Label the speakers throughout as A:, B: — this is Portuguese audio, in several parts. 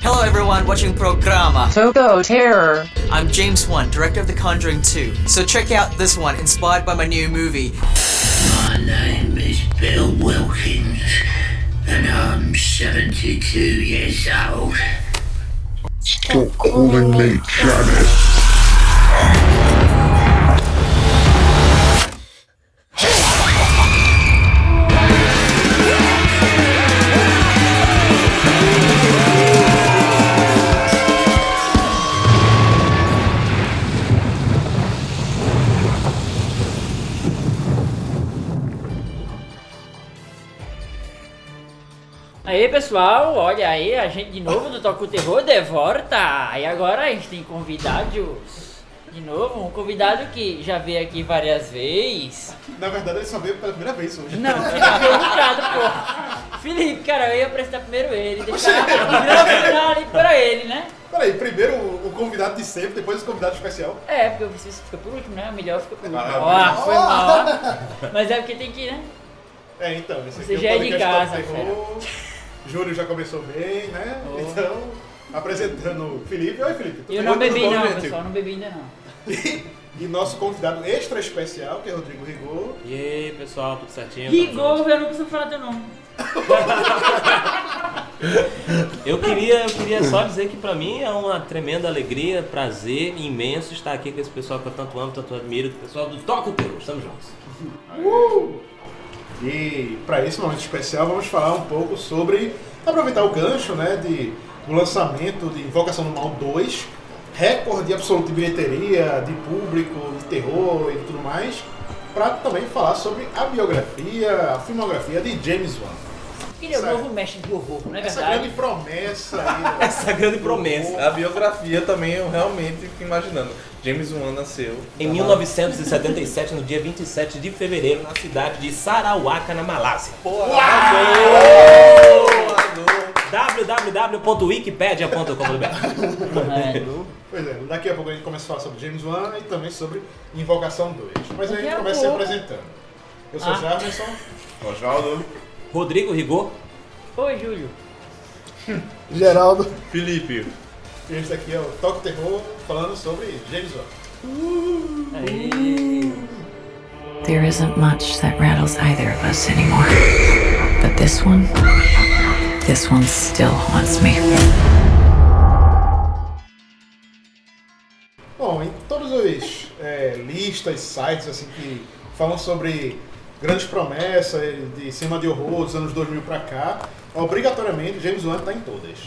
A: Hello everyone watching Programa.
B: Togo Terror.
A: I'm James Wan, director of The Conjuring 2. So check out this one, inspired by my new movie.
C: My name is Bill Wilkins, and I'm 72 years old.
D: Stop calling me Janice.
E: Aí pessoal, olha aí, a gente de novo do Toco Terror de volta! E agora a gente tem convidados. De novo, um convidado que já veio aqui várias vezes.
F: Na verdade, ele só veio pela primeira vez hoje.
E: Não, Felipe é um bocado, pô. Felipe, cara, eu ia apresentar primeiro ele, deixar a primeira final ali pra ele, né?
F: Peraí, primeiro o, o convidado de sempre, depois o convidado especial.
E: É, porque eu preciso ficar por último, né? O melhor fica por último.
F: Maravilha.
E: Ó, foi mal,
F: ah.
E: ó. Mas é porque tem que, né?
F: É, então, esse
E: Você
F: aqui
E: já é
F: é
E: de
F: o podcast
E: casa,
F: Top Terror. Júlio já começou bem, né?
E: Oh.
F: Então, apresentando o Felipe. Oi, Felipe. tudo
E: Eu
F: bem?
E: não
F: Tudo
E: bebi
F: bom,
E: não,
F: gente?
E: pessoal, não bebi ainda não.
F: E nosso convidado extra especial, que é Rodrigo Rigor.
G: E aí, pessoal, tudo certinho?
E: Rigor, eu não preciso falar teu nome.
G: Eu queria, eu queria só dizer que pra mim é uma tremenda alegria, prazer imenso estar aqui com esse pessoal que eu tanto amo, tanto admiro, o pessoal do Toca o Terror, estamos juntos.
F: E para esse momento especial, vamos falar um pouco sobre aproveitar o gancho, né, de do lançamento de Invocação do Mal 2, recorde absoluto de bilheteria, de público, de terror e tudo mais, para também falar sobre a biografia, a filmografia de James Wan.
E: Que ele é o
F: Sabe?
E: novo mestre do horror, não é
F: Essa
E: verdade?
F: grande promessa aí. né?
G: Essa grande promessa.
H: A biografia também eu realmente fico imaginando. James Wan nasceu.
G: Em 1977, no dia 27 de fevereiro, na cidade de Sarawaka, na Malásia. www.wikipedia.com.br
E: É.
F: Pois é, daqui a pouco a gente começa a falar sobre James Wan e também sobre Invocação 2. Mas aí a
E: Daqui
F: gente
E: a
F: começa se
E: pouco.
F: apresentando. Eu sou
E: Ah.
F: Jarvisson.
H: Oswaldo.
G: Rodrigo Rigor.
E: Oi, Júlio.
D: Geraldo.
H: Felipe.
F: e esse aqui é o Toque Terror falando sobre James Wan.
I: There isn't much that rattles either of us anymore. But this one, this one still haunts me.
F: Bom, em todos os é, listas, sites assim que falam sobre grandes promessas de cinema de horror dos anos 2000 pra cá, obrigatoriamente James Wan tá em todas.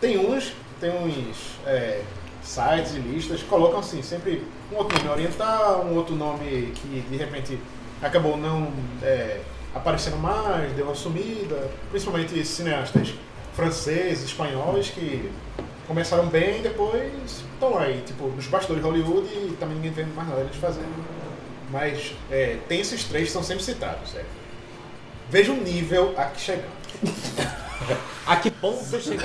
F: Tem uns, tem uns é, sites e listas que colocam assim, sempre um outro nome oriental, um outro nome que de repente acabou não é, aparecendo mais, deu uma sumida, principalmente cineastas franceses, espanhóis que Começaram bem, depois estão lá aí, tipo, nos bastidores de Hollywood e também ninguém vendo mais nada eles fazendo. Mas é, tem esses três que são sempre citados, é. Veja o nível a que chegamos.
G: A que ponto chegou?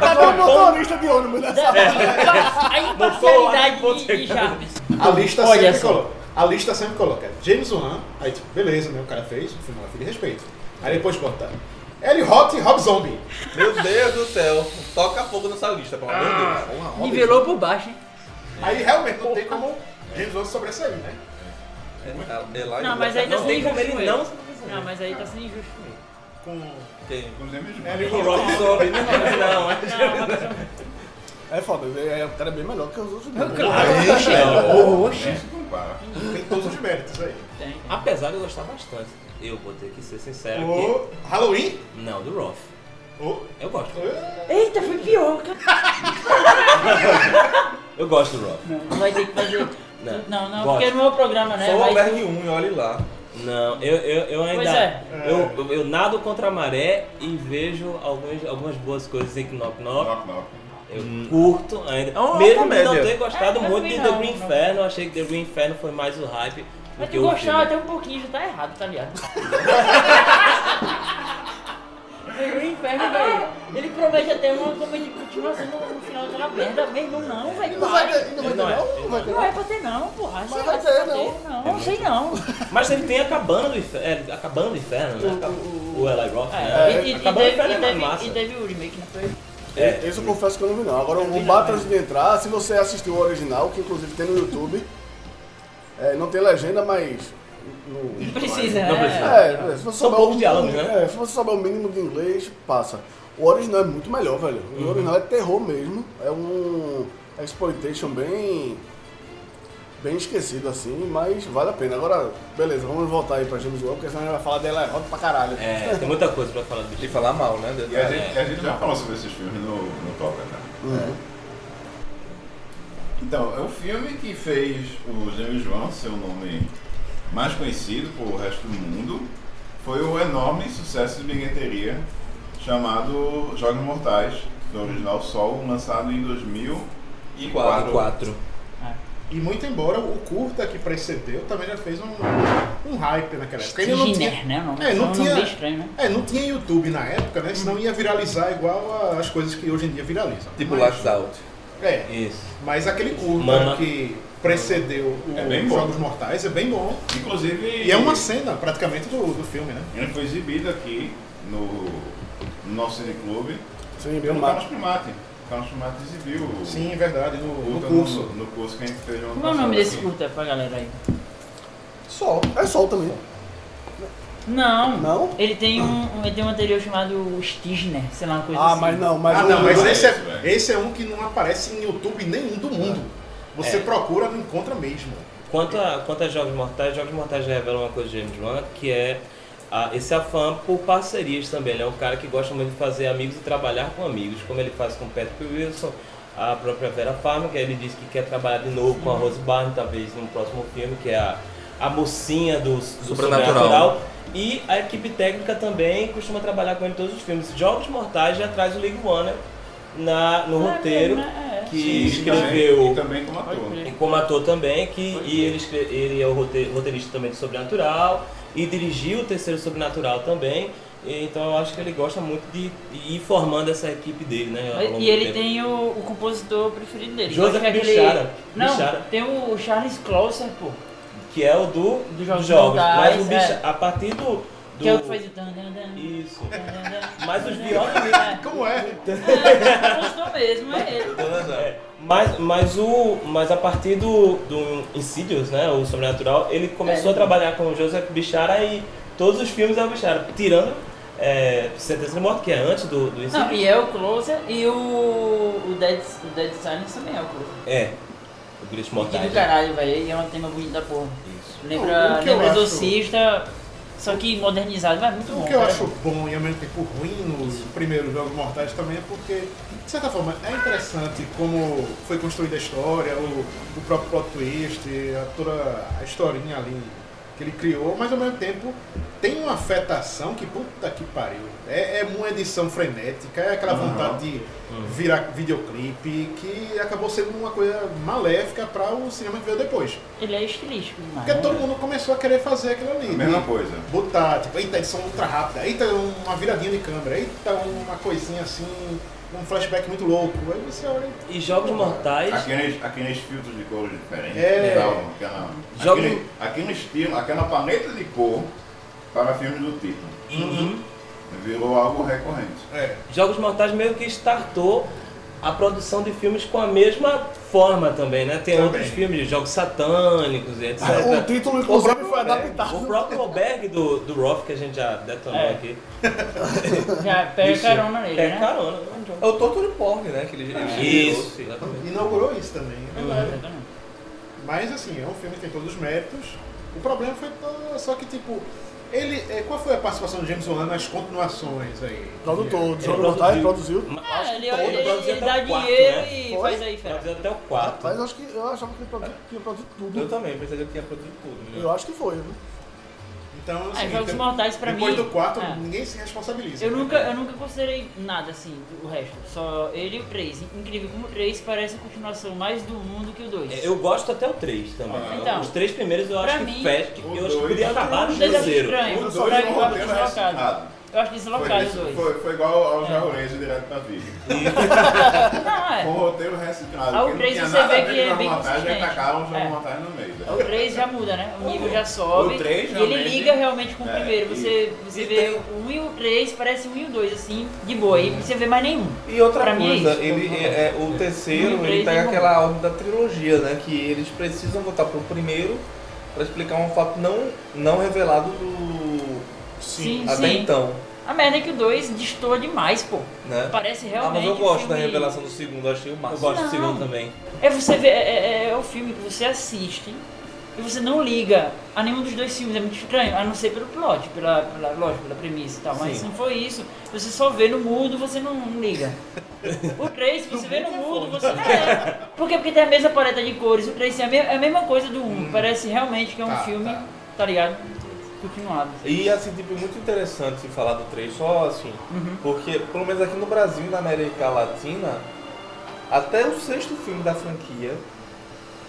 D: Cadê o motorista de ônibus né? dessa
E: A imparcialidade de, de Jarvis.
F: A lista,
E: Olha
F: sempre
E: só.
F: coloca, a lista sempre coloca James Wan, aí tipo, beleza, né? O cara fez, um filme de respeito. Aí depois bota Ellie Hot e Rob Zombie.
H: Meu Deus do céu. Toca fogo nessa lista, pelo amor de
D: Ah,
H: Deus.
E: Nivelou por baixo, hein?
F: Aí realmente não tem como James Wan sobressair, né?
H: É, é lá em
E: Não, mas
H: lá.
E: aí tá sendo
G: tem
E: injusto
G: como ele
E: com
G: não
E: ele. Não, mas aí tá sendo injusto com ele.
F: Com
H: Tem.
F: Ellie
G: O
F: Hot.
G: Rob Zombie, não, não, é-
D: É foda, é, o cara é bem melhor que os outros.
F: Tem todos os méritos aí.
G: Apesar de eu gostar bastante, eu vou ter que ser sincero que
F: O Halloween.
G: não do Roth.
F: O...
G: Eu gosto.
E: Eita, foi pior, cara.
G: Eu gosto do Roth. Né?
E: Não, vai ter que fazer. Não, não,
G: Gosto.
E: porque não é o programa, né?
H: Só o
E: Mas-
H: albergue 1 e olhe lá.
G: Não, eu, eu, eu ainda.
E: Pois é.
G: Eu, eu, eu nado contra a maré e vejo algumas, algumas boas coisas em Knock Knock. Eu
D: Hum.
G: curto ainda.
D: É
H: uma
G: Mesmo de
H: comédia.
G: não ter gostado
E: É, não
G: muito
E: vi
G: de
E: não,
G: The Green
E: não.
G: Inferno, eu achei que The Green Inferno foi mais o hype. do
E: Mas
G: que
E: tu
G: o
E: gostar
G: filme.
E: até um pouquinho já tá errado, tá ligado? Pegou o inferno, velho. Ele promete até uma comédia de continuação no, no final daquela merda. Meu irmão, não, velho.
D: Não vai ter, não vai ter,
G: Não é.
D: não? Não vai ter,
E: Não é pra ter não, porra. Isso
D: Mas
E: não
D: vai
E: é
D: ter,
E: pra
D: não.
E: Não, não sei não.
G: Mas ele tem acabando do inferno. É, acabando do inferno, né? O, Eli Roth, né?
E: É, e, e, e,
G: Acabando o
E: teve,
G: inferno
E: e,
G: é mais
E: teve,
G: massa.
E: e teve o remake, não foi?
G: É.
D: Esse eu confesso que eu não vi não. Agora o Bato antes de entrar, se você assistiu o original, que inclusive tem no YouTube, é, não tem legenda, mas. no-
E: Não precisa,
G: Não
E: né?
G: precisa.
D: É, se você
G: São
D: souber
G: poucos
D: o-
G: diálogos, né?
D: É, se você souber o mínimo de inglês, passa. O original é muito melhor, velho. O original é terror mesmo. É um exploitation bem. bem esquecido assim, mas vale a pena. Agora, beleza, vamos voltar aí pra James Wan, porque senão a gente vai falar dela errado pra caralho.
G: É, tem muita coisa pra falar do
H: E
G: bicho. É.
H: falar mal, né?
B: E a gente, a gente já falou sobre esses filmes no, no Copa, né?
F: É.
B: Então, é um filme que fez o James Wan ser o nome mais conhecido pro resto do mundo. Foi o enorme sucesso de bilheteria chamado Jogos Mortais, do original Sol, lançado em 2004.
F: E muito embora o curta que precedeu também já fez um, um hype naquela época. Ele não tinha,
E: Stigner, né? o nome?
F: É,
E: Só
F: não
E: um
F: tinha-
E: nome bem estranho, né?
F: é, não tinha YouTube na época, né? Senão ia viralizar igual a- as coisas que hoje em dia viralizam.
H: Tipo
F: Mas-
H: Last Out.
F: É,
G: Isso.
F: mas aquele curta
G: Mama.
F: que precedeu o
B: É bem bom.
F: Jogos Mortais é bem bom.
B: Inclusive.
F: E é uma cena praticamente do, do filme, né?
B: Ele foi exibido aqui no, no nosso cineclube.
F: Sim,
B: Pelo Carlos Primate. O Carlos Primate exibiu o-
F: Sim, é verdade,
B: o
F: no, no
B: curta
F: curso.
B: No, no curso que a gente fez no ano
E: Como é o nome
B: passado
E: desse
B: aqui.
E: curta pra galera aí?
D: Sol. É sol também.
E: Não.
D: Não?
E: Ele tem um, um- ele tem um anterior chamado Stigner, sei lá, uma coisa
D: Ah,
E: assim.
D: mas não, mas.
F: ah,
D: o-
F: não, mas
B: é
F: esse
B: isso,
F: é,
B: velho.
F: esse é um que não aparece em YouTube nenhum do mundo.
B: É.
F: Você procura, não encontra mesmo.
G: Quanto a, quanto a Jogos Mortais, Jogos Mortais já revela uma coisa de James Wan, que é a, esse afã por parcerias também. Ele é um cara que gosta muito de fazer amigos e trabalhar com amigos, como ele faz com o Patrick Wilson, a própria Vera Farmiga. Ele diz que quer trabalhar de novo com a Rose Byrne, talvez no próximo filme, que é a, a mocinha do, do
H: Sobrenatural.
G: Sobrenatural. E a equipe técnica também costuma trabalhar com ele em todos os filmes. Jogos Mortais já traz o League One né, na, no
E: É,
G: roteiro,
E: é, é.
G: que
B: E também-
G: escreveu
B: E também como ator.
G: e como ator também, que, e ele, escre- ele é o rote- roteirista também de Sobrenatural e dirigiu o terceiro Sobrenatural também. E, Então eu acho que ele gosta muito de, de ir formando essa equipe dele, né? ao longo
E: E
G: do
E: ele
G: tempo.
E: tem o, o compositor preferido dele.
G: Joseph
E: Acho que é aquele-
G: Bichara.
E: Não,
G: Bichara.
E: tem o Charles Closer, pô.
G: Que é o do,
E: Dos Jogos Mortais, é.
G: Mas o bicho, a partir do. do
E: Que é o que faz o... tan, tan, tan,
G: Isso.
E: tan, tan, tan.
G: Mas os violas.
E: É,
F: Como é?
E: é, o compositor mesmo, é ele.
G: É, Mas, mas, o, mas a partir do, do Insidious, né, o Sobrenatural, ele começou
E: É.
G: a trabalhar com o Joseph Bichara e todos os filmes é o Bichara, tirando é, Sentença de Morte, que é antes do, do
E: Não,
G: Insidious.
E: e é o Closer e o, o, Dead, o Dead Silence também é o Closer.
G: É, o Gritos
E: Que do
G: Mortais.
E: caralho, velho. E é um tema bonito da porra.
G: Isso.
E: Lembra,
F: O que eu
E: lembra
F: acho-
E: Exorcista, só que modernizado, mas muito
F: Então,
E: bom.
F: O que eu
E: cara.
F: acho é bom e ao mesmo tempo ruim nos primeiros Jogos Mortais também é porque, de certa forma, é interessante como foi construída a história, o, o próprio plot twist, a, toda a historinha ali que ele criou, mas ao mesmo tempo tem uma afetação que puta que pariu. É, é uma edição frenética, é aquela
B: Uhum.
F: vontade de virar videoclipe que acabou sendo uma coisa maléfica para o cinema que veio depois.
E: Ele é estilístico demais.
F: Porque
E: né?
F: todo mundo começou Ah, É a querer fazer aquilo
B: A
F: ali.
B: mesma
F: de-
B: coisa.
F: botar, tipo, eita, edição ultra rápida, eita, uma viradinha de câmera, eita, uma coisinha assim, um flashback muito louco. Aí você olha, eita,
G: E Jogos Mortais,
B: Aqueles, aqueles filtros de cores diferentes.
F: É.
B: e tal, aquela,
G: Jogo-
B: aquele,
D: um-
B: aquele estilo, aquela paleta de cor para filmes do tipo. Virou algo recorrente.
F: é,
G: Jogos Mortais meio que startou a produção de filmes com a mesma forma também, né? Tem
F: Também.
G: outros filmes, jogos satânicos e etc.
D: Ah, é, o título inclusive
F: é,
D: foi adaptado.
G: O próprio albergue do, do Roth, que a gente já detonou
E: É.
G: aqui.
E: Já pega
G: Isso.
E: carona nele,
G: É
E: né?
G: carona. Ah,
H: É o Torture Porn, né? Que ele, ele
G: Isso,
H: criou.
G: exatamente.
F: inaugurou isso também. né?
E: Exato, exatamente.
F: Mas assim, é um filme que tem todos os méritos. O problema foi to- só que, tipo, ele. é, Qual foi a participação do James Wan nas continuações aí?
D: Produtor, de
G: Ele
D: Jogos Mortais,
G: produziu.
D: produziu.
E: É, ele,
G: todo
E: ele,
G: produzido
E: ele
G: até
E: dá
G: o quarto,
E: dinheiro
G: né?
E: e
D: Foi?
E: faz aí, fera.
G: Produzido até o 4.
D: Mas eu acho que eu achava que ele produziu, tinha produzido
H: Eu
D: tudo.
H: também, pensei que ele tinha produzido tudo. né?
D: Eu acho que foi, viu?
F: Então, assim,
E: É, Jogos
F: tem-
E: Mortais pra
F: depois
E: mim,
F: do quarto,
E: é.
F: ninguém se responsabiliza. né?
E: Eu nunca, eu nunca considerei nada assim, o resto. Só ele e o 3. Incrível como o 3 parece a continuação mais do mundo que o 2.
G: É, Eu gosto até o 3 também.
E: Então,
G: Os três primeiros eu
E: pra
G: acho
E: mim,
G: que fecha.
B: o
G: Eu acho que
B: dois-
G: podia acabar no
E: o dois é
G: terceiro.
E: estranho.
B: Os
E: Eu
B: dois
E: acho
B: não roteiro
E: deslocado.
B: relacionado.
E: Eu acho
B: Foi,
E: deslocado
B: isso,
E: o 2.
B: foi, foi igual ao Jaurejo direto pra vida.
E: Não, é.
B: Com o roteiro reciclado.
E: Ah,
B: porque
E: o
B: não
E: Grace
B: tinha
E: você
B: nada
E: vê
B: a ver
E: que é
B: com
E: bem
B: Jogos Mortais,
E: consistente.
B: Já
F: um
B: tacaram o
E: É.
B: Jogos Mortais no meio.
E: O 3 já muda, né? O nível já sobe.
H: o três
E: e ele
H: realmente-
E: liga realmente com o
B: É,
E: primeiro.
B: e-
E: Você, você
H: e
E: vê
H: tem-
E: o 1 e o 3, parece o 1 e o 2, assim, de boa. E você vê mais nenhum.
H: E outra
E: Pra mim é
H: coisa,
E: isso.
H: ele é, é- o terceiro,
E: Um,
H: ele
E: três
H: pega
E: e um.
H: aquela ordem da trilogia, né? Que eles precisam voltar pro primeiro pra explicar um fato não, não revelado do.
E: Sim,
H: até
E: sim.
H: então.
E: A merda é que o 2 distorce demais, pô.
H: Né?
E: Parece
H: Ah,
E: realmente.
H: mas eu gosto da
E: filme-
H: revelação do segundo, achei o
G: Eu
H: máximo.
G: gosto
E: Não.
G: do segundo também.
E: É você vê, é, é- é o filme que você assiste e você não liga a nenhum dos dois filmes, é muito estranho, a não ser pelo plot, pela, pela lógico, pela premissa e tal, mas
G: Sim.
E: se não for isso, você só vê no mudo, você não, não liga. O 3, você vê no mudo, você é. Por quê? Porque tem a mesma paleta de cores, o 3 é a, me- é a mesma coisa do 1, parece realmente que é um
F: Tá,
E: filme,
F: tá.
E: tá, ligado? Continuado.
H: E assim, tipo, muito interessante falar do 3, só assim, porque pelo menos aqui no Brasil e na América Latina, até o sexto filme da franquia,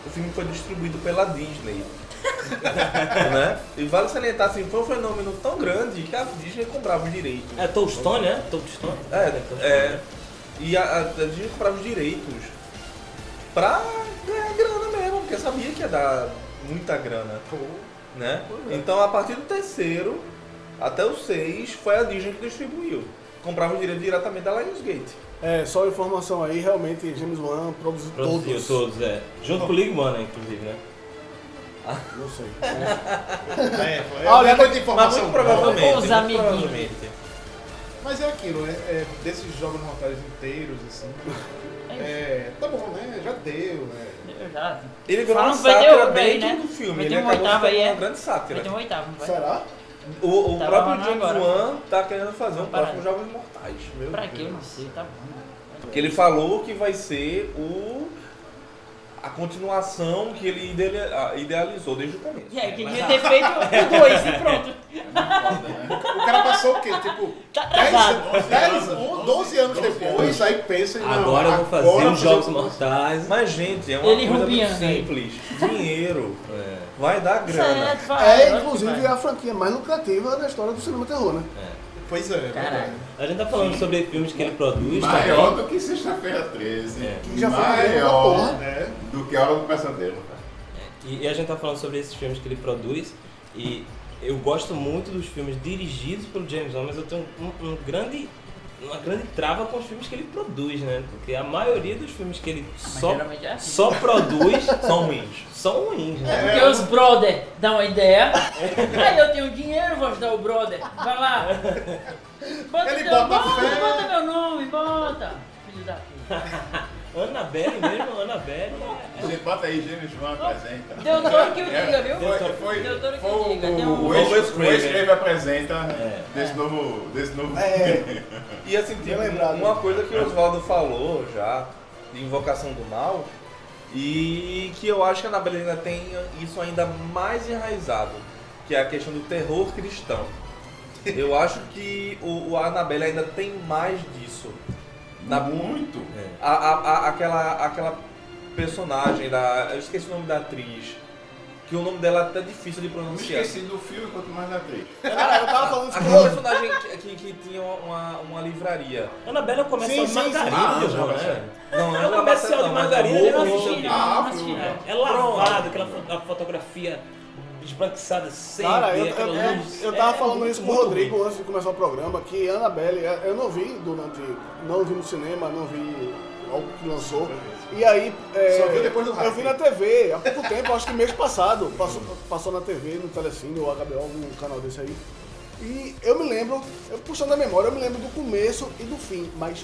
H: o filme foi distribuído pela Disney. né? E vale salientar assim, foi um fenômeno tão grande que a Disney comprava os direitos.
G: É Tolstói, né? Tolstói.
H: É, é. E a, a, a gente comprava os direitos pra ganhar grana mesmo, porque sabia que ia dar muita grana. Né?
E: é.
H: Então a partir do terceiro até o seis foi a Disney que distribuiu. Comprava o direito diretamente da Lionsgate.
D: É, só informação aí, realmente James Wan produziu,
G: Produziu
D: todos.
G: todos, é. Junto com o League One, inclusive, né?
D: Não sei.
F: É, foi-
D: Ah, olha,
F: é muita
H: Mas
F: informação.
H: muito provavelmente.
E: Os
H: muito
E: amiguinhos.
H: provavelmente.
F: Mas é aquilo, é, é, desses jogos mortais inteiros, assim. É, tá bom, né? Já deu, né?
E: Eu já.
H: Ele virou
E: Falam
H: uma
E: que vai ter
H: sátira
E: outro aí,
H: bem
E: né?
H: do filme.
E: Vai ter
H: Ele
E: um
H: acabou se
E: oitavo aí,
H: tornando uma
E: é?
H: grande sátira.
E: Vai ter um oitavo, vai.
D: Será?
H: O, o
E: Tava
H: próprio
E: falando
H: James
E: agora.
H: Wan tá querendo fazer um
E: Vamos parar.
H: próximo Jogos Mortais. Meu
E: Pra
H: Deus.
E: que eu não sei, tá bom.
H: Que ele falou que vai ser o a continuação que ele idele- ah, idealizou desde o começo.
E: E aí, queria ter feito o 2 e pronto.
F: O cara passou o quê? Tipo,
E: Tá
F: 10,
E: atrasado.
F: 10, 12 anos depois, aí pensa em. não,
G: Agora eu vou fazer
F: agora um
G: os
F: eu vou
G: Jogos Mortais.
H: Mas, gente, é uma
E: Ele né?
H: coisa
E: rubiando,
H: muito simples. Dinheiro
G: É.
H: vai dar
E: Tá,
H: grana.
E: Certo, vai,
D: É,
E: lógico que
D: inclusive,
E: vai.
D: a franquia mais lucrativa da história do cinema terror, né?
F: Pois é,
E: Caralho.
G: A gente tá falando sobre filmes que ele produz, tá
B: Maior do que Sexta-feira 13.
G: É.
D: Que já foi uma
B: Maior
D: grana da
F: né?
B: do que a Hora do Pesadelo. cara.
G: E, e a gente tá falando sobre esses filmes que ele produz e eu gosto muito dos filmes dirigidos pelo James Wan, mas eu tenho um, um grande uma grande trava com os filmes que ele produz, né? Porque a maioria dos filmes que ele só
E: geralmente é assim.
G: só produz
H: São ruins.
G: são ruins, né?
E: Porque os brother dão uma ideia. Aí eu tenho dinheiro, vou ajudar o brother. Vai lá. Bota,
F: Ele
E: teu-
F: bota
E: bota,
F: fé.
E: bota meu nome, bota. Filho da puta.
G: Annabelle mesmo, Annabelle. é-
B: Você bota aí, James Wan apresenta.
E: Deu todo que eu diga,
B: É,
E: viu?
B: Foi, foi,
E: Deu todo que
B: foi
E: eu diga. Tem
B: o,
E: um-
B: o,
H: Novo
B: ex- o
H: Scraven.
B: ex-Crave apresenta
G: É.
B: desse novo. Desse novo...
D: É,
H: E assim, tipo,
D: lembrado.
H: uma
B: né?
H: coisa
B: É.
H: que o Oswaldo falou já, de Invocação do Mal, e que eu acho que a Anabelle ainda tem isso ainda mais enraizado, que é a questão do terror cristão. Eu acho que o, o Anabelle ainda tem mais disso. Na,
B: Muito.
H: A, a- a- aquela, aquela personagem da. Eu esqueci o nome da atriz. Que o nome dela é até difícil de
B: Eu Me
H: pronunciar.
B: esqueci do filme, quanto mais da atriz.
D: cara, eu tava falando isso com
H: Aquela
D: o
H: personagem que, que, que tinha uma, uma livraria.
G: Annabelle começa
F: né? Sim,
G: a
F: sim,
G: margarida,
B: sim.
G: não
B: Ah, já,
G: né?
H: Não,
G: É uma comercial de margarina, né,
H: é
G: eu
H: uma
G: não
H: roupa,
G: assisti,
H: roupa.
E: não,
B: Ah,
E: não assisti,
B: Bruno.
E: não.
G: É lavado, aquela fo- a fotografia esbranquiçada sempre.
D: Cara, eu, eu,
G: aquela
D: eu,
G: luz.
D: eu tava
G: É
D: falando
G: muito-
D: isso com o
G: muito
D: Rodrigo
G: ruim.
D: antes de começar o programa, que Annabelle, é, eu não vi durante. Não vi no cinema, não vi algo que lançou. E aí. é,
F: Só viu depois do hype.
D: Eu vi na TV, há pouco tempo, acho que mês passado. Passou, passou na TV, no Telecine, ou HBO, algum canal desse aí. E eu me lembro, eu puxando a memória, eu me lembro do começo e do fim, mas.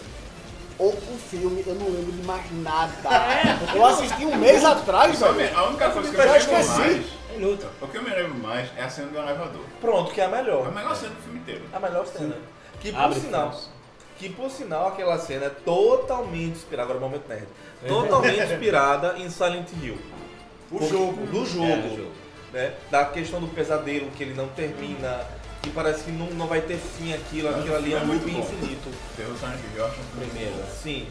D: O, o filme, eu não lembro de mais nada.
F: É?
D: Eu assisti um mês atrás,
B: Só me-
D: velho.
B: A única coisa que eu
D: Eu
B: me
D: já
B: lembro
D: esqueci.
B: mais.
G: É inútil.
B: O que eu me lembro mais é a cena do elevador.
H: Pronto, que é a
B: É a
H: melhor. É
B: melhor cena do filme inteiro.
H: A melhor cena. Que por
G: Abre
H: sinal.
G: filmes.
H: Que por sinal aquela cena é totalmente inspirada. Agora é momento nerd. Totalmente inspirada em Silent Hill.
F: O
H: Porque-
F: jogo.
H: Do jogo.
G: É, o jogo.
H: né? Da questão do pesadelo que ele não termina. Que parece que não, não vai ter fim aquilo,
B: Mas
H: aquilo ali é
B: é
H: um
B: muito
H: loop
B: bom.
H: infinito.
B: Terror Sonic Hill, acho um filme.
G: Primeiro.
H: Sim.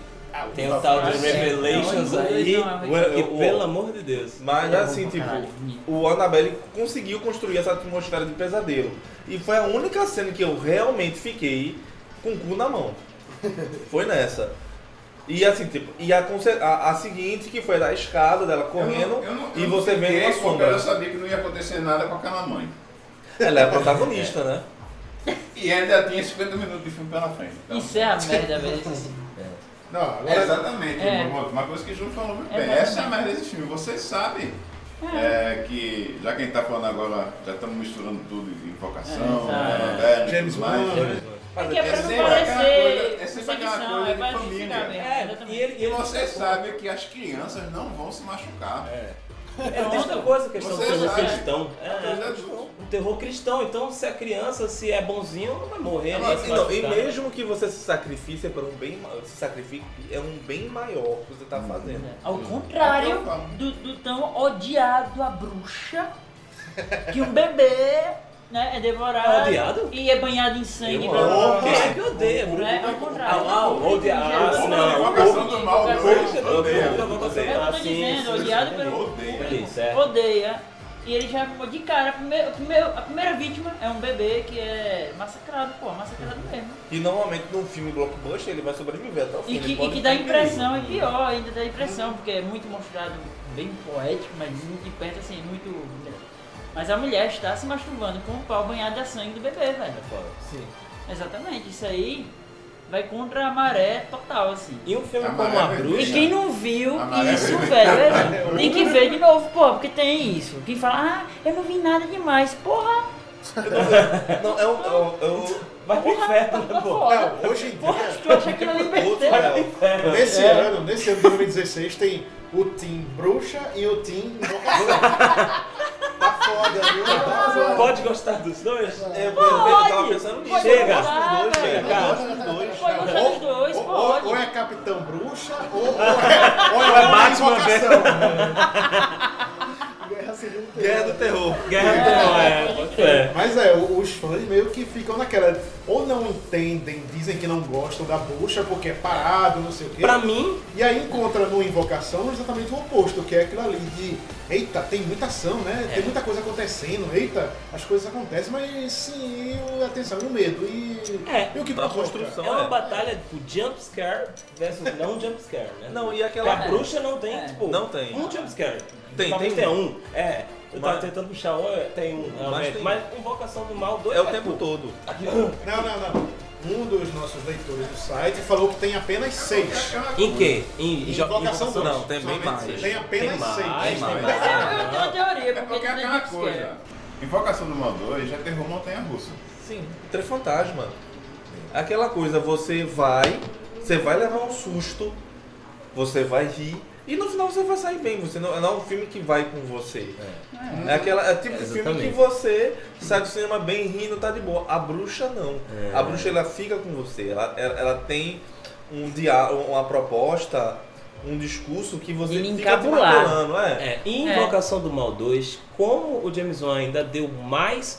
G: Tem o tal de Revelations
E: Não,
G: aí,
E: não, não, não,
H: não.
G: que pelo amor de Deus.
H: Mas
E: É bom
H: assim,
E: pra
H: tipo,
E: caralho.
H: o Annabelle conseguiu construir essa atmosfera de pesadelo. E foi a única cena que eu realmente fiquei com o cu na mão. Foi nessa. E assim, tipo, e a, conse- a- a seguinte, que foi da escada dela correndo,
B: Eu não- eu não-
H: e
B: eu não
H: você vem
B: fiquei,
H: uma
B: porque
H: sombra.
B: Eu sabia que não ia acontecer nada com aquela mãe.
H: Ela é a protagonista, né?
B: E ainda tinha 50 minutos de filme pela frente. Então,
E: Isso é a merda, velho. desse-
F: Não,
B: É
F: agora
B: exatamente,
E: É.
B: uma, uma coisa que o Júlio falou muito
E: É
B: bem.
E: exatamente.
B: Essa é a merda desse filme. Vocês sabem é, que, já quem tá falando agora, já estamos misturando tudo, invocação,
E: É,
B: é,
E: exato.
B: lanterna e
F: James
B: tudo mais.
F: Bond, né?
E: É que é pra
B: sempre
E: não
B: aquela
E: parecer
B: coisa- é sempre aquela
E: perseguição,
B: coisa
E: é
B: de
E: pra
B: família.
E: justificar mesmo.
G: e
E: exatamente.
G: ele, e
B: E
G: ele,
B: vocês sabem que as crianças não vão se machucar.
G: ele diz outra coisa, a questão do
B: Você
G: terror
B: sabe.
G: cristão.
B: Mas é
G: É,
B: justo.
G: o terror cristão, então se a criança se é bonzinho, não vai morrer. não vai se
H: E, não, Então, e
G: machucar.
H: mesmo que você se sacrifique para um bem ma- se sacrifique, é um bem maior que você tá
E: Hum,
H: fazendo.
E: Ao
B: É
E: contrário do, do tão odiado a bruxa, que um bebê né, é devorado
G: É odiado?
E: e é banhado em sangue.
G: Eu
E: blá, blá, blá,
G: amo.
E: blá.
G: Quem é que odeia, Bruno?
E: Né, Ao contrário.
G: Ah, ah, odia- ah,
E: Odeado.
G: não.
B: Invocação do mal,
E: Invocação.
B: dois,
G: Eu
B: odeio.
G: odeio, eu odeio.
E: É o que eu tô
G: Ah, sim,
E: dizendo,
G: sim,
E: odiado
G: sim,
E: pelo
B: Odeio.
G: Entendi, certo.
E: odeia. E ele já, de cara, a primeira, a primeira- a primeira vítima é um bebê que é massacrado, pô, massacrado mesmo.
H: E normalmente num filme blockbuster ele vai sobreviver até o fim.
E: E
H: ele
E: que, e
H: pode
E: que dá a
H: ficar em
E: impressão, e
H: perigo.
E: pior, ainda dá a impressão, porque é muito mostrado, bem poético, mas muito de perto, assim, muito. Mas a mulher está se masturbando com o pau banhado a sangue do bebê, velho.
H: Sim.
E: Exatamente, isso aí vai contra a maré total, assim.
G: E um filme
B: A
G: como A
B: Maré Vermelha.
E: E
G: Bruxa,
E: quem não viu
B: A maré
E: isso,
B: vermelha.
E: velho, velho, tem que ver de novo, porra, porque tem isso. Quem fala, ah, eu não vi nada demais, porra,
H: Não, é um. É um, é um
G: vai pro inferno, né, pô?
E: porra,
F: Não, hoje em dia,
E: porra, tu acha que não
H: outro
E: libertei?
H: é,
F: nesse ano, nesse ano de 2016, tem o Team Bruxa e o Team Invocação. tá foda, viu? Tá foda.
G: Pode gostar dos dois?
H: é, eu, eu tava
E: Pode.
H: pensando nisso.
E: Pode
G: Chega.
E: gostar,
H: Os dois,
E: velho.
H: chega, cara.
F: Gosta dos dois.
E: Pode gostar dos dois,
F: Ou- ou-
E: pode.
F: Ou é Capitão Bruxa, ou, ou é, ou é uma invocação. Guerra Civil
H: Guerra do Terror.
G: Guerra do Terror, é. pode ser.
F: Mas é, o- os fãs meio que ficam naquela. Ou não entendem, dizem que não gostam da bruxa porque é parado, não sei o quê.
G: Pra mim,
F: E aí encontra no Invocação exatamente o oposto, que é aquilo ali de eita, tem muita ação, né?
H: É.
F: Tem muita coisa acontecendo, eita, as coisas acontecem, mas sim, e a tensão e o medo. E,
G: É,
F: e o que
H: uma
F: provoca?
H: construção.
G: é uma
H: é.
G: batalha tipo jump scare versus não jump scare, né?
H: Não, e
G: Porque
H: aquela
G: a bruxa não tem,
E: É.
G: tipo,
H: Não tem.
G: um jump scare.
H: Tem,
G: Talvez
H: tem
G: tenha um. É, eu tava
H: Mas-
G: tentando puxar um, é, tem um, realmente.
H: tem.
G: Mas Invocação do Mal, dois
H: É o
G: é,
H: tempo todo.
G: tipo,
F: Não, não, não. Um dos nossos leitores do site falou que tem apenas seis.
G: Em quê? Em, jo-
F: Invocação
G: Invocação-
H: Não, tem bem
B: Somente
H: mais.
B: seis.
F: Tem apenas
G: Tem mais,
F: seis.
G: tem
H: mais.
E: Mas eu, eu tenho uma teoria,
B: É
E: porque
B: porque é
E: não tem
B: aquela
E: jump scare.
B: coisa. Invocação do Mal 2 já derrubou Montanha Russa.
H: Sim, três fantasmas. Aquela coisa, você vai, você vai levar um susto, você vai rir, e no final você vai sair bem. Você não, não é um filme que vai com você. É, aquela, é o tipo de filme que
G: Exatamente.
H: você sai do cinema bem rindo, tá de boa. A bruxa não.
G: É.
H: A bruxa ela fica com você. Ela, ela, ela tem um dia, uma proposta, um discurso que você
E: Ele
H: fica te
E: encabular.
H: martelando, é.
G: É, em Invocação do Mal 2, como o James Wan ainda deu mais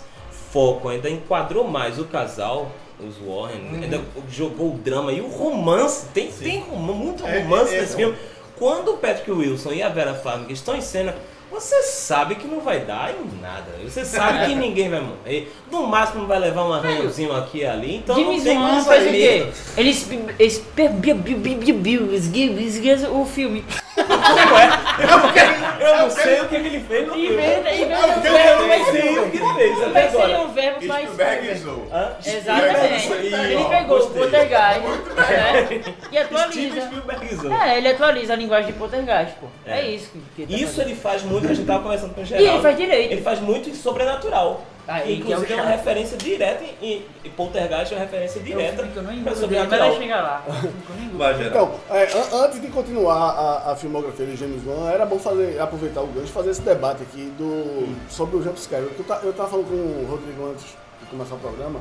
G: foco, ainda enquadrou mais o casal, os Warren,
F: Uhum.
G: ainda jogou o drama e o romance, tem, tem rom- muito
F: É,
G: romance
F: é, é,
G: nesse
F: é.
G: filme. Quando o Patrick Wilson e a Vera Farmiga estão em cena, você sabe que não vai dar em nada. Você sabe que ninguém vai morrer. No máximo vai levar um arranhãozinho aqui e ali. Então
E: Jimmy
G: não tem
E: Zwan
G: como
E: faz
G: sair
E: o quê?
G: medo.
E: Eles, eles per- bi- bi- bi- bi- bi- esgue- esgueza o filme.
G: Ah, Eu não sei o que, que ele fez no
E: E
G: filme.
E: inventa, inventa um
G: Eu
E: verbo,
G: não
E: mas
G: sei o que ele fez até
E: mas sem
G: agora.
E: um verbo mais...
B: Spielberg usou.
G: Hã?
E: Exatamente.
B: Spielberg,
E: Ele
B: ó,
E: pegou o
B: gostei.
E: Poltergeist né? e
G: Steven
E: atualiza.
G: Spielberg.
E: É, ele atualiza a linguagem de Poltergeist, pô. É,
G: É.
E: isso que, que tá
G: Isso
E: fazendo.
G: ele faz muito, a gente tava conversando com o
E: E
G: Geraldo.
E: ele faz direito.
G: Ele faz muito em sobrenatural.
E: Ah,
G: Que,
E: ele que é o
G: inclusive é uma
E: chato.
G: referência direta em, em Poltergeist é uma referência
E: É um filme
G: direta
E: que eu não
G: pra
E: engulo, mas
G: sobrenatural.
E: vai chegar lá. É um filme que eu não engulo.
H: Vai, Geraldo.
D: Então, é, an- antes de continuar a, a filmografia de James Wan, era bom fazer, aproveitar o gancho e fazer esse debate aqui do, sobre o jumpscare. Eu, ta- eu tava falando com o Rodrigo antes de começar o programa.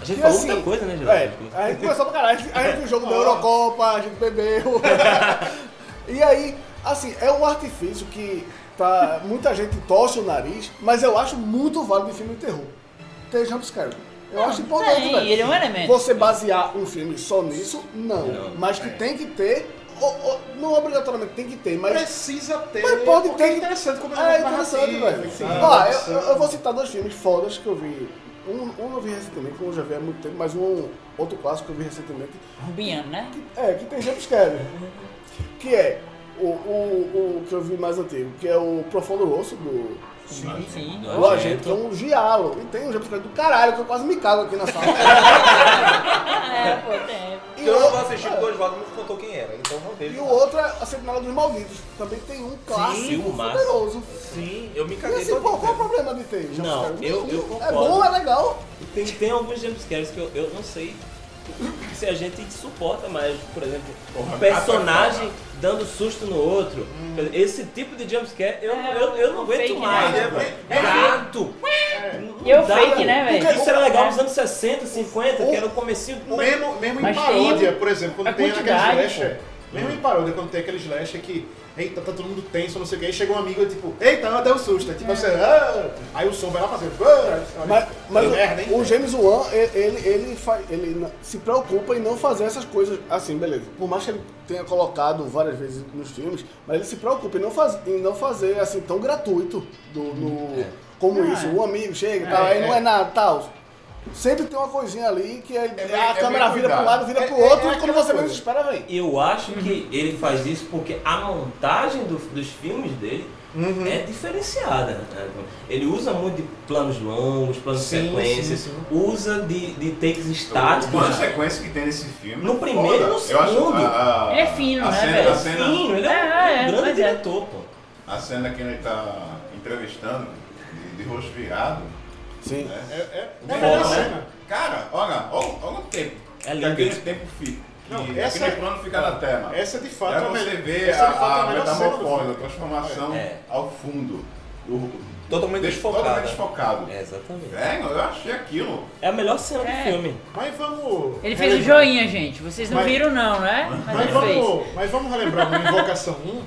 G: A gente
D: E
G: falou
D: assim,
G: muita coisa, né,
D: É,
G: Geraldo?
D: a gente começou pra caralho. A gente- A gente viu o jogo da Eurocopa, a gente bebeu. e aí, assim, é um artifício que tá, muita gente torce o nariz, mas eu acho muito válido em filme de terror. Ter jumpscare. Eu acho importante,
E: tem,
D: velho.
E: ele é um elemento.
D: Você basear um filme só nisso, não. mas
F: é.
D: que tem que ter, ou- ou- não obrigatoriamente tem que ter, mas...
F: Precisa ter.
D: Mas pode
F: porque
D: ter.
F: É interessante como
D: É interessante, velho. Ó, eu, eu vou citar dois filmes fodas que eu vi
F: Um, um eu vi recentemente, um eu já vi há muito tempo, mas um outro clássico que eu vi recentemente,
E: Rubiano, né?
F: é, que tem James Kelly. Que é o, o, o que eu vi mais antigo, que é o Profundo Osso do,
E: Sim, sim.
F: do Agente, que é um giallo. E tem um James Kelly do caralho, que eu quase me cago aqui na sala.
E: É, pô, tem.
F: E
H: Eu não
F: o- é.
H: vou assistir
E: É.
H: porque o Oswaldo não contou quem era, então não vejo.
F: E o outro é a Sentinela dos Malditos. Também tem um clássico
G: filmaço.
F: poderoso.
H: Sim, eu me
F: E
H: caguei
F: assim,
H: todo
F: qual, qual o
H: tempo.
F: problema de ter? James
G: Não,
F: Cameron?
G: eu- eu
F: É
G: concordo.
F: bom, é legal.
G: Tem, tem alguns jumpscares que eu, eu não sei se a gente suporta mais. Por exemplo, um personagem dando susto no outro.
B: Hum.
G: Quer dizer, Esse tipo de jumpscare eu,
E: É,
G: eu, eu não
E: o fake,
G: aguento mais.
E: né?
G: Gato!
E: E o fake, né, velho?
G: Isso era legal
E: É.
G: nos anos 60, 50, que era o comecinho.
B: O
G: mas-
B: mesmo, mesmo em
E: Mas tem
B: paródia,
E: o-
B: por exemplo,
E: a
B: quando tem aquele
E: quantidade,
B: slasher. Mesmo em paródia, quando tem aquele slasher que, eita, tá todo mundo tenso, não sei o que, aí chega um amigo e tipo, eita, ela deu um susto. Aí,
E: É.
B: tipo, você, ah! aí o som vai lá fazer, ah!
F: Mas, mas
B: Que
F: o,
B: merda, hein?
F: o James Wan, ele, ele, ele, fa- ele na- se preocupa em não fazer essas coisas assim, beleza. Por mais que ele tenha colocado várias vezes nos filmes, mas ele se preocupa em não, faz, em não fazer assim tão gratuito do, do- como
E: Não,
F: isso.
E: é.
F: Um amigo chega e tal, aí não é nada tal. Sempre tem uma coisinha ali que é-
J: bem-
F: a
J: é bem
F: câmera vira pro
J: cuidado.
F: lado, vira
B: É-
F: pro
B: é-
F: outro,
B: é
F: e quando
B: aquela
F: você
B: coisa.
F: menos espera, vem.
G: Eu acho
B: Uhum.
G: que ele faz isso porque a montagem do- dos filmes dele
B: Uhum.
G: é diferenciada. né? Ele usa muito de planos longos, planos de
B: Sim,
G: sequência,
B: sim, Então, sim.
G: usa de, de takes
J: Uma
G: estáticos.
J: sequência É que tem nesse filme.
G: No primeiro e no
J: Foda. Eu acho
G: segundo.
J: a- a-
E: Ele é fino,
J: a
E: né,
J: cena-
E: velho?
J: A cena,
G: Sim, ele é,
E: É, é,
G: um grande
E: pois é.
G: diretor, pô.
J: a cena que ele tá entrevistando, de, de rosto virado.
F: Sim.
J: Né?
B: É, é, é,
G: Foda,
B: essa
G: né?
B: cena.
J: Cara, olha, olha, olha o tempo.
G: É
J: que
G: lindo
J: aquele
G: isso.
J: tempo fica. Que,
B: Não, essa- é-
J: essa, aquele plano fica na tela.
B: Essa de fato
J: Aí
B: é a
J: você
B: melhor-
J: vê
B: essa
J: a,
B: de fato é
J: a
B: melhor cena do
J: metamorfose, a
B: filme.
J: transformação
G: É.
J: ao fundo. O-
H: Totalmente
J: des- Totalmente
H: desfocada.
J: desfocado.
G: É, exatamente.
J: Velho, eu achei aquilo.
G: É a melhor cena
E: É.
G: do filme.
B: Mas vamos.
E: Ele fez o joinha, gente. Vocês não
B: Mas-
E: viram, não, né? Mas
B: Mas
E: ele fez.
B: vamos, mas vamos relembrar uma Invocação 1,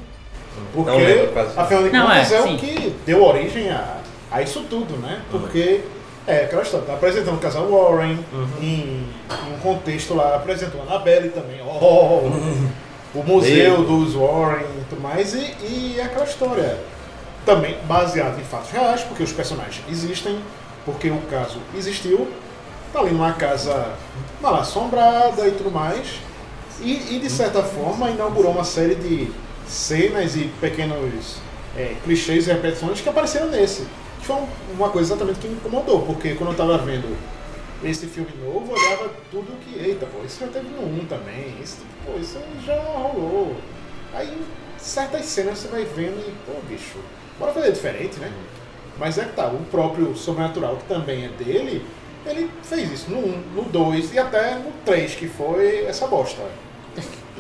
B: porque,
H: Não lembro quase.
B: afinal de
E: Não,
B: contas,
E: é,
B: é,
E: sim.
B: o que deu origem a, a isso tudo, né?
G: Uhum.
B: Porque é aquela história, tá apresentando o casal Warren
G: Uhum.
B: em, em um contexto lá, apresentou a Annabelle também, oh, o museu dos Warren e tudo mais, e, e aquela história também baseada em fatos reais, porque os personagens existem, porque o caso existiu, tá ali numa casa mal assombrada e tudo mais, e, e, de certa forma inaugurou uma série de cenas e pequenos é, clichês e repetições que apareceram nesse. Que foi um- uma coisa exatamente que me incomodou, porque quando eu tava vendo esse filme novo, eu olhava tudo que, eita, pô, isso já teve no 1 também, isso, pô, isso já rolou. Aí certas cenas você vai vendo e, pô, bicho, bora fazer diferente, né? Mas é que tá, o próprio Sobrenatural, que também é dele, ele fez isso no 1, no 2 e até no 3, que foi essa bosta.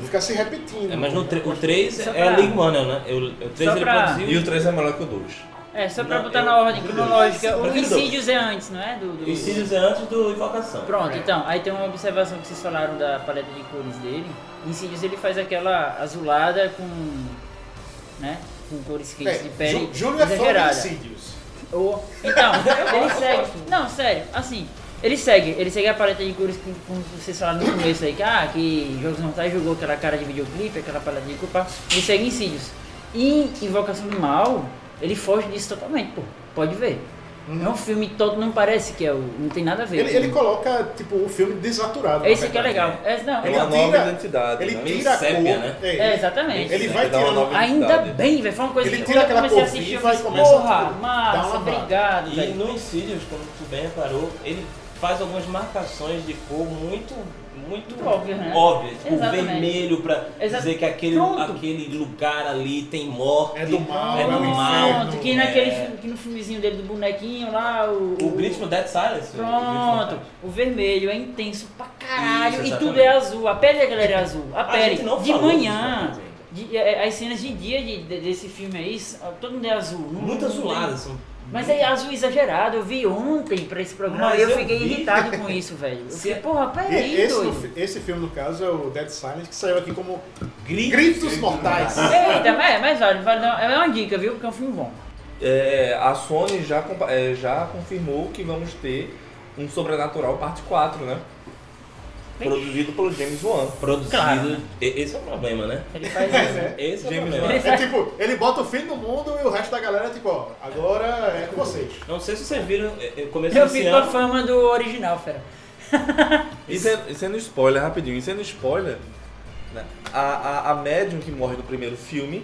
B: Fica se repetindo.
G: É, mas no tre- o 3
E: Só
G: é
E: pra-
G: a League Manuel, né? Eu- O 3
E: Só
G: ele
E: pra-
H: E
G: produziu.
H: o 3 é melhor que o 2.
E: É, só pra
G: Não,
E: botar
G: eu-
E: na ordem cronológica. O
G: Prefiro
E: Incídios é antes, não é? Do, do...
G: O Incídios é antes do Invocação.
E: Pronto, então, aí tem uma observação que vocês falaram da paleta de cores dele. Incídios ele faz aquela azulada com. né? Com cores quentes de
B: É,
E: pele.
B: Ju- Júlio é fã de
E: exagerada.
G: né?
B: Insidious.
E: Ou- Então, ele segue. Não, sério, assim. Ele segue, ele segue a paleta de cores que como vocês falaram no começo aí, que, ah, que Jogos Mortais jogou aquela cara de videoclipe, aquela paleta de cor, pá. ele segue Incídios. E Invocação do Mal, ele foge disso totalmente, pô. Pode ver. É um filme todo, não parece que é o. Não tem nada a ver.
B: Uhum. Ele, ele coloca, tipo, o filme desaturado. na
E: Esse aqui é
B: verdade. né?
E: legal. É, não,
H: É
B: Ele
H: uma
E: não.
H: nova
B: tira-
H: identidade.
B: Ele
H: né?
G: meio
B: tira a cor.
G: sépia, né?
B: é,
E: É, exatamente.
B: Ele vai
H: Dá uma
B: tirando.
H: nova
E: Ainda
H: identidade.
E: bem, velho. Foi uma coisa
B: Ele
E: que
B: tira
E: quando eu
B: aquela
E: comecei a
B: cor
E: assistir, eu
B: viva e
E: fiz,
B: começa a,
E: porra,
B: tipo, dar
E: massa,
B: uma barra.
E: obrigado,
G: E
E: velho.
G: no Insidious, como tu bem reparou, ele faz algumas marcações de cor muito, muito
E: Óbvias, né?
G: óbvias. Tipo
E: Exatamente.
G: vermelho pra
E: Exa-
G: dizer que aquele,
E: Pronto.
G: aquele lugar ali tem morte.
B: É do mal,
G: é
B: é
G: do
B: o
G: mal.
B: inferno.
E: Pronto, que naquele filme- que no filmezinho dele do bonequinho lá, o.
G: O Grito no Dead Silence. o Grito no Dead
E: Pronto,
G: Silence.
E: o vermelho é intenso pra caralho
G: Isso,
E: e tudo é
G: exatamente.
E: azul. A pele da galera é azul. A
G: A
E: pele.
G: gente não
E: de
G: falou
E: manhã.
G: disso, né?
E: de- é, é, as cenas de dia de- de- desse filme aí, s- todo mundo é azul. Não-
G: Muito
E: não
G: azulado,
E: tem-
G: assim.
E: Mas é azul exagerado, eu vi ontem pra esse programa
G: Mas
E: e eu,
G: eu
E: fiquei
G: vi.
E: irritado com isso, velho. Eu
G: Se-
E: fiquei, porra,
B: E
E: peraí,
B: esse, no
E: doido.
B: fi- esse filme, no caso, é o Dead Silence, que saiu aqui como
G: Grito.
B: Gritos Mortais.
E: Eita, mas, mas olha, vale dar- é uma dica, viu? Porque é um filme bom.
H: É, a Sony já, compa- é, já confirmou que vamos ter um Sobrenatural parte 4, né? Produzido pelo James Wan.
G: Produzido.
E: Claro, né?
G: E- Esse é o problema, né?
E: Ele faz isso.
G: Esse é o
H: James
G: problema.
H: Wan.
F: É tipo, ele bota o fim do mundo e o resto da galera é tipo, ó, agora é com vocês.
G: Não sei se vocês viram, é, é, começo
E: Eu
G: desse
E: fico com a
G: ano.
E: fama do original, fera.
H: E sendo, e sendo spoiler, rapidinho, e sendo spoiler, né, a, a, a médium que morre no primeiro filme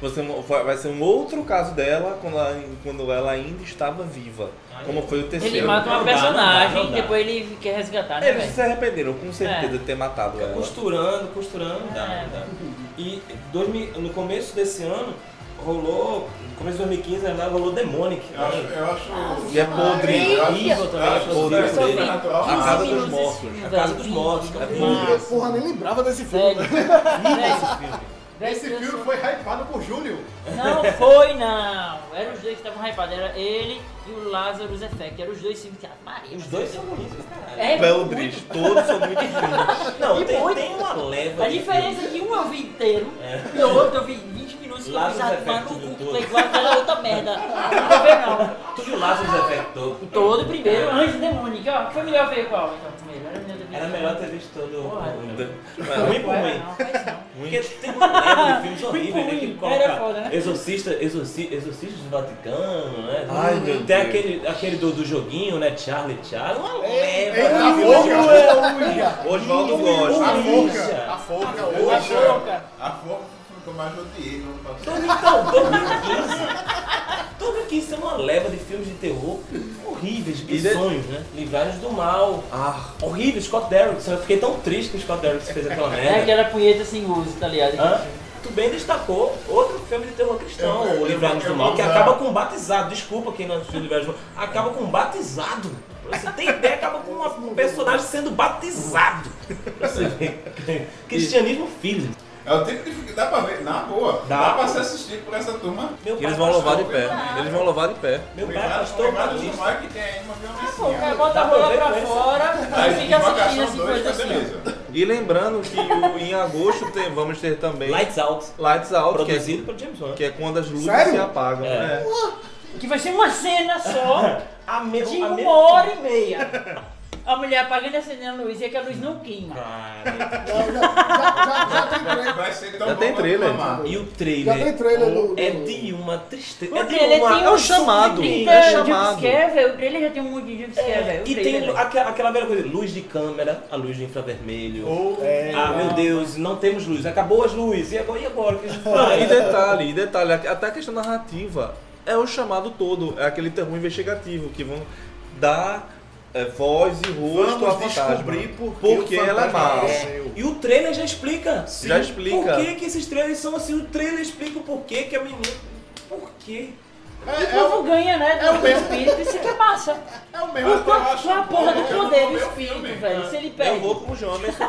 H: você, mo- vai vai ser um outro caso dela quando ela, quando ela ainda estava viva. Como foi o terceiro.
E: Ele mata
G: não
E: uma
G: dá,
E: personagem
G: não dá, não
E: e
G: dá.
E: depois ele quer resgatar, né,
H: Eles
E: velho?
H: se arrependeram, com
E: né?
H: certeza, de ter
B: É,
H: matado
G: Fica
H: ela.
G: costurando, costurando, dá,
E: É.
G: dá. E dois mil- no começo desse ano, rolou, no começo de 2015, na verdade, rolou Demonic. né?
B: Eu acho. Eu acho
H: E é podre.
B: Eu acho-
G: Horrível também,
B: eu acho
G: é podre.
B: isso
H: Podre.
B: sobrenatural.
H: A Casa dos
E: Vimos esse
H: Mortos.
E: filme,
G: né? A
E: velho.
G: Casa dos Mortos, que é
H: É
G: um
H: podre.
D: Eu, porra, nem lembrava desse filme.
E: Velho.
D: velho.
G: é
E: Velho.
F: Esse filme foi hypado por Júlio.
E: Não foi, não. Eram os dois que estavam hypados. Era ele e o Lázaro Zefek. Eram os dois filmes que... Ah, Maria,
G: Os dois são bonitos, caralho.
E: É,
H: Podres. Todos são muito ruins.
G: Não,
E: E
G: tem,
E: muito.
G: tem uma leva.
E: A
G: de
E: diferença é que um eu vi inteiro
G: É.
E: e o outro eu vi 20 minutos e eu
G: Lá
E: fiz
G: nos
E: ah, tomar
G: efeitos
E: no
G: do
E: cu,
G: todo.
E: foi igual aquela outra merda. Não vê não.
G: filme. Tu viu lá os efeitos todos?
E: Todo primeiro, antes do Demônico, ó. Foi melhor ver qual então primeiro? Era melhor ter visto-
G: É. Era melhor ter visto todo.
E: Porra.
G: Ruim por
E: Não era,
G: ruim.
E: não, faz não.
G: Porque tem uma leva de filmes horríveis, né?
E: Ruim,
G: Que
E: era
G: coloca
E: foda, né?
G: Exorcista, exorci, Exorcista do Vaticano, né?
H: Ai,
G: Tem
H: meu Deus.
G: aquele, aquele do, do joguinho, né? Charlie Charlie. Uma leva.
F: Ei, a
D: Como
F: forca,
D: é, ui.
H: Oswaldo
F: a
H: gosta.
F: forca, a forca,
B: Eu
F: hoje.
B: acho- A forma que eu mais odiei no ano passado.
G: Então, 2015. 2015 tem é uma leva de filmes de terror horríveis, bizonhos, né? Livrados do mal.
H: Ah,
G: Horrível, Scott Derrickson. Eu fiquei tão triste que o Scott Derrickson fez aquela
E: É
G: merda.
E: aquela punheta sem uso, tá ligado?
G: Hã? Tu bem destacou outro filme de terror cristão,
H: É,
B: Eu- eu-
G: o Livrados
B: eu-
G: do
B: eu
G: Mal,
B: vou
G: que
B: usar-
G: acaba com um batizado. Desculpa quem não assistiu Livrados do Mal. Acaba com um batizado. Pra Você tem ideia, acaba com uma- um personagem sendo batizado. Pra Você ver. Cristianismo filho.
B: É o tipo de. fi- Dá pra ver, na boa.
G: Dá.
B: Dá, pra ser assistido por essa turma.
G: Meu
H: eles
G: pai
H: vão louvar de
G: pastor-
H: pé. Eles vão louvar de pé.
G: Meu pai é
B: Obrigado,
G: pastor
B: obrigado,
G: batista.
B: Gilmar, que tem aí uma
E: Pô, o cara
B: violência.
E: bota a
G: Dá pra
E: rola
G: ver
E: Tá pra
G: com esse-
E: fora e fica assistindo assim, coisa
B: tá
E: assim.
B: beleza.
H: E lembrando que o- em agosto tem- vamos ter também
G: Lights Out.
H: Lights Out, que é,
G: Produzido pelo James Wan.
H: que é quando as luzes
F: Sério?
H: se apagam.
G: É.
H: né?
E: Que vai ser uma cena só.
G: A mesma
E: De uma hora e meia. A mulher apagando e acendendo a luz e é que a luz não queima.
G: Cara,
D: Já, já, já, já tem trailer.
B: Vai ser tão
H: Já
B: bom
H: tem
B: quanto
H: trailer.
B: mamar.
G: e o
D: Já tem
G: trailer
D: trailer do. do-
G: é de uma tristeza.
E: O
G: É
E: trailer
G: de uma...
E: tem
H: é o
E: um
H: chamado,
E: subtinte
H: é
E: de
H: chamado.
E: jumpscare, velho. O trailer já tem um monte de jumpscare, velho. O
G: E
E: trailer, é
G: tem
E: velho.
G: aquela, aquela velha coisa, luz de câmera, a luz de infravermelho.
D: É,
G: Ah, meu Deus, não temos luz, acabou as luzes, e agora, e agora? O que a gente faz?
H: E detalhe, e detalhe, até a questão narrativa é o chamado todo, é aquele termo investigativo que vão dar é, voz e rosto
F: Vamos
H: a fantasma.
F: descobrir por que
H: porque
F: o
H: ela é
F: fantasma
H: má.
F: apareceu.
G: E o trailer já explica.
H: Já explica.
G: Por que, que esses trailers são assim? O trailer explica o porquê que a menina. Por quê?
E: E o povo ganha, né?
F: é o
E: Do
F: mesmo.
E: espírito, isso que é massa.
F: É o
E: Qual
F: mesmo.
E: qual a porra do
B: eu
E: poder
B: vou
E: do
B: ver o
E: espírito,
B: filme.
E: velho? Se ele perde,
H: Eu vou com o Jamerson.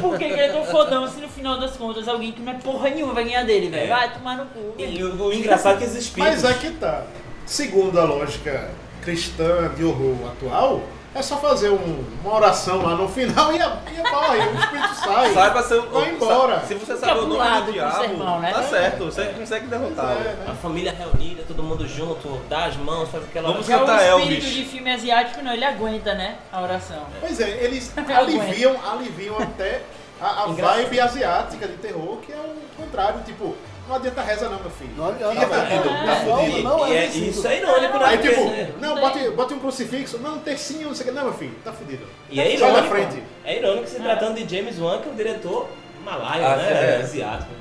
E: por que que ele é tão fodão se no final das contas alguém que não é porra nenhuma vai ganhar dele, velho?
G: É.
E: Vai tomar no cu. velho.
G: E o, o engraçado é que esses espíritos.
F: Mas é que tá. Segundo a lógica cristã de horror atual, é só fazer um- uma oração lá no final e, a, e morre, o espírito sai.
H: Saiba seu.
F: Vai embora.
H: Se você sabe o nome
E: Encabulado
H: do
E: com o
H: diabo,
E: sermão, né?
H: tá certo, você consegue
B: É,
H: né? derrotá-lo.
B: né?
G: A família reunida, todo mundo junto, dá as mãos, faz aquela.
H: Vamos
E: Já
H: cantar
E: o É um espírito
H: Elvis.
E: de filme asiático, não, ele aguenta, né? A oração.
F: Pois é, eles aliviam, aliviam até a, a
G: Engraçado.
F: vibe asiática de terror, que é o contrário, tipo, não adianta reza não, meu filho.
D: Não adianta,
F: Fica
D: tá
F: tranquilo. Tá
H: fudido, tá
F: fudido.
H: fudido.
D: não,
G: e
D: é
G: é,
D: preciso.
G: isso aí não, ele por
F: Aí
E: Aí,
F: tipo,
E: né?
F: não, bote, bote um crucifixo, não, um tercinho, não sei o que. Não, meu filho, tá fudido.
G: E é
F: Sai da
G: irônico.
F: frente.
G: É irônico se tratando de James Wan, que é um diretor malaio,
H: Ah,
G: né?
H: é.
G: Asiático.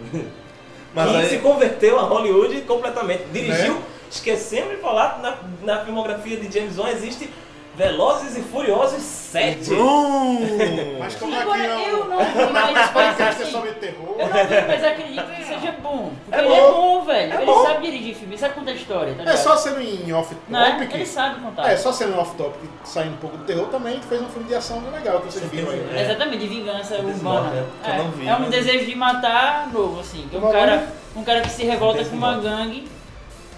H: Mas
G: que
H: aí-
G: se converteu a Hollywood completamente. Dirigiu, esquecemos de falar, na, na filmografia de James Wan existe Velozes e Furiosos 7.
H: Brum!
F: Mas como
E: Agora,
F: aqui é um
E: eu não vi, mas
F: podcast
E: parece
F: é
E: assim.
F: sobre terror,
E: Eu não vi, mas acredito que seja bom. Porque
G: É
E: ele é
G: bom.
E: bom, velho.
G: É
E: ele
G: bom.
E: sabe dirigir filme, ele sabe contar história, tá ligado?
F: é só sendo em off-topic.
E: Né? Ele sabe contar.
F: É, só sendo off-topic, saindo um pouco do terror, também fez um filme de ação bem legal que vocês viram aí.
G: É.
E: Exatamente, de vingança
G: Desmorte,
E: urbana.
G: né?
H: Eu
E: É,
H: não vi,
E: é um
H: mas-
E: desejo de matar novo, assim. Que é um
D: Como é o
E: cara, um cara que se revolta com uma
G: Desmorte.
E: gangue,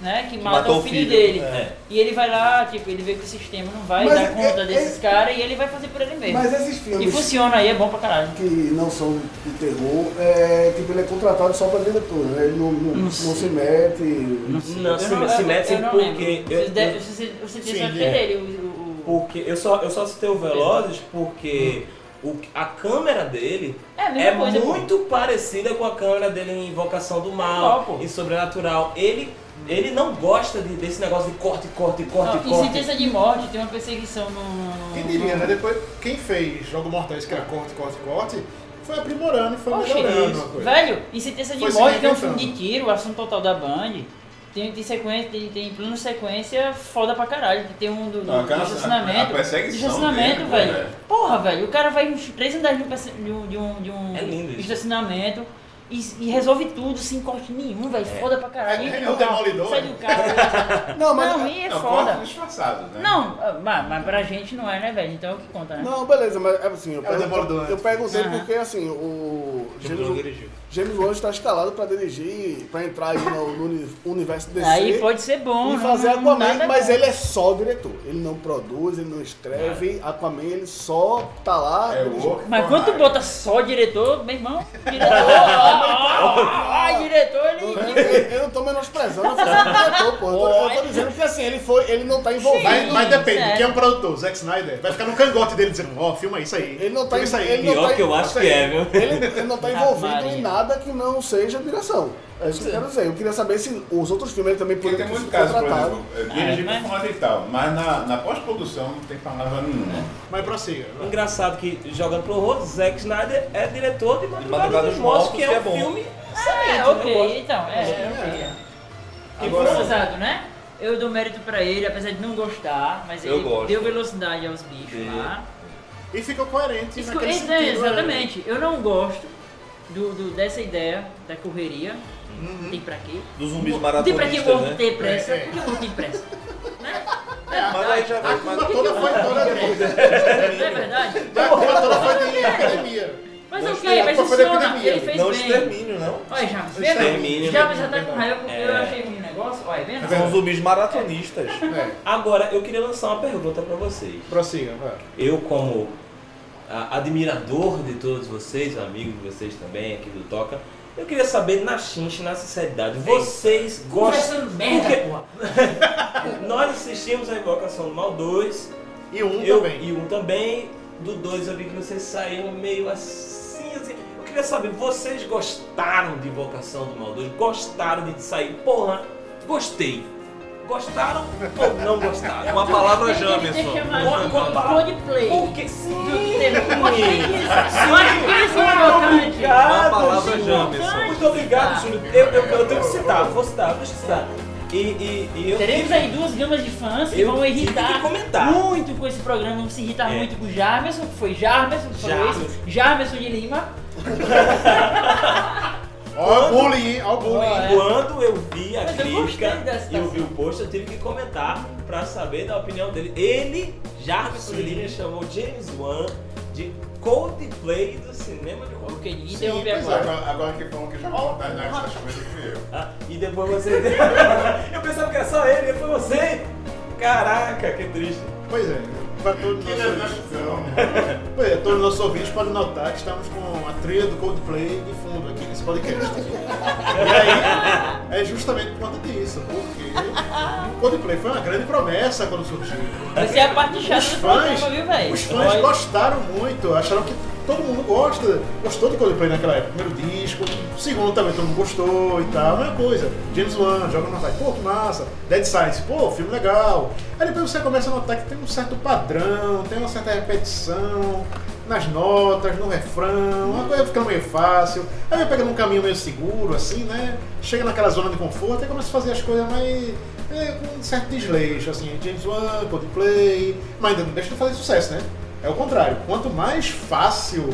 E: né? Que, mata
H: matou
E: o
H: o
E: filho,
H: filho,
E: dele.
G: é.
E: E ele vai lá, tipo, ele vê que o sistema não vai
D: Mas
E: dar
D: é-
E: conta
D: é-
E: desses
D: é-
E: caras e ele vai fazer por ele mesmo.
F: é
D: Mas esses
E: E
D: filmes
E: funciona aí, é bom pra caralho.
D: que não são de terror, é, tipo, ele é contratado só pra diretor, né? Ele não, não, não se mete.
G: Não, se,
E: Eu não-
G: se
E: eu-
G: metem
E: eu não lembro.
G: porque. eu-
E: Você deve- Você você tem
F: Sim,
E: que
F: é.
E: dele, o- o- o-
G: porque. Eu só, eu só citei o Velozes porque o, a câmera dele
E: É a mesma
G: é
E: coisa, pô.
G: muito parecida com a câmera dele em Invocação do
E: Normal,
G: Mal
E: pô.
G: e Sobrenatural. Ele, ele não gosta de- desse negócio de corte, corte, corte,
E: Não, em
G: corte.
E: sentença de morte tem uma perseguição no- no. no-
F: Quem diria, né? Depois, quem fez Jogo Mortais, que era corte, corte, corte, foi aprimorando e foi
E: Oxe,
F: melhorando a
E: isso.
F: coisa.
E: Velho, em sentença de
F: Foi se
E: morte tem um filme
F: reinventando.
E: de tiro, ação total da Band. Tem, tem sequência, tem, tem plano de sequência foda pra caralho. que Tem um do, do,
B: Ah,
E: do
B: cara, a-
E: estacionamento.
B: a perseguição
E: do estacionamento,
B: dele,
E: velho.
B: velho.
E: Porra, velho, o cara vai uns três andares de um perse- de um, de um, de um
G: É lindo isso.
E: estacionamento. E, e resolve tudo sem corte nenhum, velho. Foda pra caralho.
F: É,
E: Entra
F: é
E: no
F: o
E: carro,
F: Demolidor,
E: Sai
F: né?
E: do carro.
D: Não, mas.
E: Não, e é
B: Não,
E: foda.
B: um corte disfarçado, né?
E: Não, ah, mas, mas pra gente não é, né, velho? Então é o que conta, né?
D: Não, beleza, mas é assim, eu,
F: É o
D: pergunto,
F: Demolidor.
D: eu perguntei
E: Aham.
D: porque assim, o
H: Bruno
D: James,
H: dirigiu.
D: James Wan está escalado pra dirigir, pra entrar aí no, no uni- universo DC.
E: Aí pode ser bom,
D: e
E: não-
D: fazer
E: não-
D: Aquaman,
E: né? nada
D: mas
E: bom.
D: ele é só diretor. Ele não produz, ele não
E: É.
D: escreve. Aquaman, ele só tá lá.
B: É
D: dirigindo.
B: o
E: Mas quando tu bota só diretor, meu irmão, diretor, ó, ó, ó, ó, diretor, ele.
D: Eu, eu não é? tô menosprezando a função do diretor, pô. Eu tô, eu tô
E: é.
D: dizendo que assim, ele foi, ele não tá envolvido.
F: Mas, mas depende,
E: Sério.
F: quem é um produtor, Zack Snyder, vai ficar no cangote dele dizendo, ó, filma isso aí.
D: Ele não tá
F: filma isso aí.
D: ele não
G: Pior
D: tá-
G: que eu acho que é, viu?
D: Ele, ele não
F: Ah,
D: tá envolvido
E: Maria.
D: em nada que não seja direção. É isso que eu quero dizer. Eu queria saber se os outros filmes ele também
B: Porque
D: poderiam
B: tem
D: ter sido
B: muito caso, por
D: tá contratado.
B: exemplo, eu dirigi
E: mas-
B: com e tal, mas na, na pós-produção não tem palavra nenhuma.
F: Mas prossiga. vai.
G: Engraçado que, jogando pro horror, Zack Snyder é diretor de Madrugada,
H: Madrugada
G: dos
H: dos
G: Mortos,
H: Mortos,
G: que é
H: que é
G: um
H: bom.
G: filme né?
E: É, ok, então, é, ok. E foi
B: Agora-
E: usado, né? Eu dou mérito pra ele, apesar de não gostar, mas
H: Eu
E: ele
H: gosto.
E: deu velocidade aos bichos
H: Deu.
E: lá.
F: E ficou coerente
E: Isso que eu-
F: naquele
E: é,
F: sentido. né?
E: exatamente. Eu não gosto do, do- dessa ideia da correria. Tem pra quê?
H: Dos zumbis
E: Tem Tipo, pra que o
H: maratonistas,
E: povo
H: né?
E: ter pressa?
F: É, é.
E: Por que o povo tem pressa? Né?
H: Mas aí já
F: A
H: vai.
F: curva
H: Mas...
F: toda foi toda de
E: Não é verdade?
F: A curva toda foi de academia.
E: Mas
H: Não
E: ok, mas
F: extermina, foi da
E: funciona.
F: epidemia.
E: Ele fez
H: Não
E: bem.
H: extermínio, não.
E: Olha, já,
G: Extermínio.
E: vendo? Já, mas já tá com raiva porque
G: É.
E: eu achei ruim o negócio. Olha, vendo?
H: São zumbis maratonistas.
B: É.
G: Agora, eu queria lançar uma pergunta pra vocês.
F: Prossiga, vai.
G: Eu, como ah, admirador de todos vocês, amigo de vocês também, aqui do Toca, eu queria saber, na chincha, na sinceridade, vocês gostam...
E: Conversando merda,
G: Porque
E: porra.
G: nós assistimos a Invocação do Mal 2,
F: E um
G: eu
F: também.
G: e um também. Do 2 eu vi que vocês saíram meio assim, assim. Eu queria saber, vocês gostaram de Invocação do Mal 2? Gostaram de sair? Porra, gostei. Gostaram ou não gostaram?
H: Uma palavra
E: Ele tem que
H: Jamerson.
E: chamar
G: Vamos
E: de
G: comparar.
E: Coldplay.
G: Por que sim?
E: Tem muito isso. Eu acho que eles são
G: Obrigado,
E: colocantes.
H: Uma palavra
G: Júlio.
H: Jamerson.
G: Muito obrigado, Júlio. Eu, eu, eu tenho que citar, vou citar, vou citar. E, e, e eu
E: Teremos aí duas gamas de fãs que
G: Eu
E: vão
G: tive que
E: irritar
G: comentar.
E: muito com esse programa, vão se irritar
G: É.
E: muito com o Jarmerson, que foi Jarmerson, que falou
G: Jarmerson.
E: isso, Jarmerson de Lima.
F: Ó, o bullying, hein? Ó, o bullying.
E: É.
G: Quando eu vi a
E: Mas eu
G: crítica
E: gostei dessa
G: e eu vi o post, eu tive que comentar pra saber da opinião dele. Ele, Jarvis Lilian, chamou James Wan de Coldplay do cinema de rock.
E: Ok, ninguém
F: Sim,
E: interrompe
F: pois é.
E: agora.
B: Agora, agora que falam que já vão dar essas coisas fui eu.
G: Ah, e depois você... eu pensava que era só ele, foi você. Caraca, que triste.
F: Pois é, pra todos
B: Que
F: os nossos ouvintes.
B: decepção.
F: Pois é, todos os nossos ouvintes podem notar que estamos com a trilha do Coldplay de fundo aqui nesse podcast. e aí, é justamente por conta disso, porque o Coldplay foi uma grande promessa quando surgiu.
E: Você é a parte chata
F: Os
E: do
F: fãs,
E: programa, viu, velho?
F: os fãs
E: Olha,
F: gostaram muito, acharam que todo mundo gosta, gostou do Coldplay naquela época, primeiro disco, o segundo também todo mundo gostou e tal, mesma coisa. James Wan, Joga no Ataque, pô, que massa, Dead Science, pô, filme legal. Aí depois você começa a notar que tem um certo padrão, tem uma certa repetição nas notas, no refrão, a coisa fica meio fácil, aí vai pegando um caminho meio seguro, assim, né? Chega naquela zona de conforto e começa a fazer as coisas mais. é, com um certo desleixo, assim, James Wan, Coldplay, mas ainda não deixa de fazer sucesso, né? É o contrário, quanto mais fácil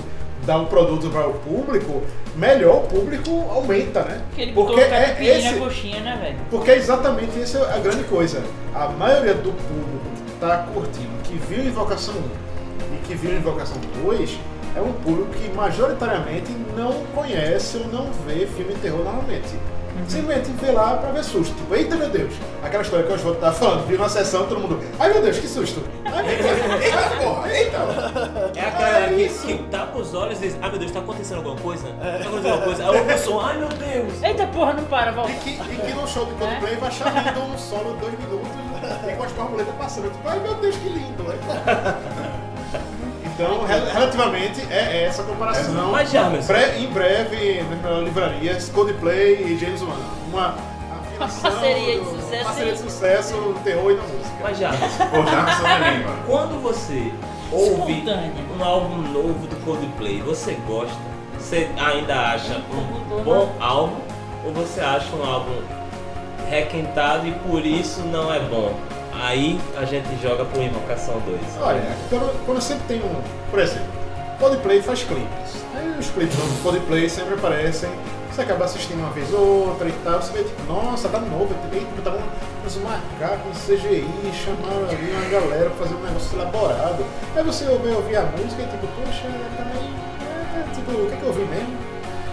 F: dar o produto para o público, melhor o público aumenta, né?
E: Porque ele botou
F: Porque
E: o
F: é
E: catupiry na
F: esse,
E: coxinha, né, velho?
F: porque é exatamente essa é a grande coisa. A maioria do público que tá curtindo, que viu Invocação 1 e que viu Invocação 2, é um público que majoritariamente não conhece ou não vê filme de terror normalmente. Simplesmente vê lá pra ver susto. Tipo, eita meu Deus! Aquela história que o Oswaldo tava falando, viu na sessão todo mundo, ai meu Deus, que susto! Ai meu Deus, eita porra, eita!
G: É a cara
F: É
G: que,
F: isso.
G: que tapa os olhos e diz, ah meu Deus, tá acontecendo alguma coisa? Tá acontecendo alguma coisa? Aí ouve o Wilson, ai meu Deus!
E: Eita porra, não É. para, volta.
F: E que, e que no show do Coldplay vai achar lindo um solo de dois minutos e com as borboletas passando. Tipo, ai meu Deus, que lindo! né? Então, rel- relativamente, é essa a comparação.
G: Mas, Jamerson-
F: Bre- em breve, nas melhores livrarias, Coldplay e James Wan. Uma afinação
E: parceria de
F: do-
E: sucesso
F: Parceria
E: e-
F: de sucesso no terror e na música.
G: Mas já,
B: Pô, Jackson
G: é
B: também, mano.
G: quando você ouve
E: Espontânea.
G: um álbum novo do Coldplay, você gosta? Você ainda acha um bom álbum? Ou você acha um álbum requintado e por isso não é bom? Aí a gente joga pro Invocação 2.
F: Olha, quando, quando sempre tem um. Por exemplo, Coldplay faz clipes. Aí os clipes do Coldplay sempre aparecem. Você acaba assistindo uma vez ou outra e tal. Você vê tipo, nossa, tá novo. Eita, tá bom. Mas um macaco, um CGI, chamaram ali uma galera pra fazer um negócio elaborado. Aí você ouve ouvir a música e tipo, poxa, tá meio. É, tipo, o que é que eu ouvi mesmo?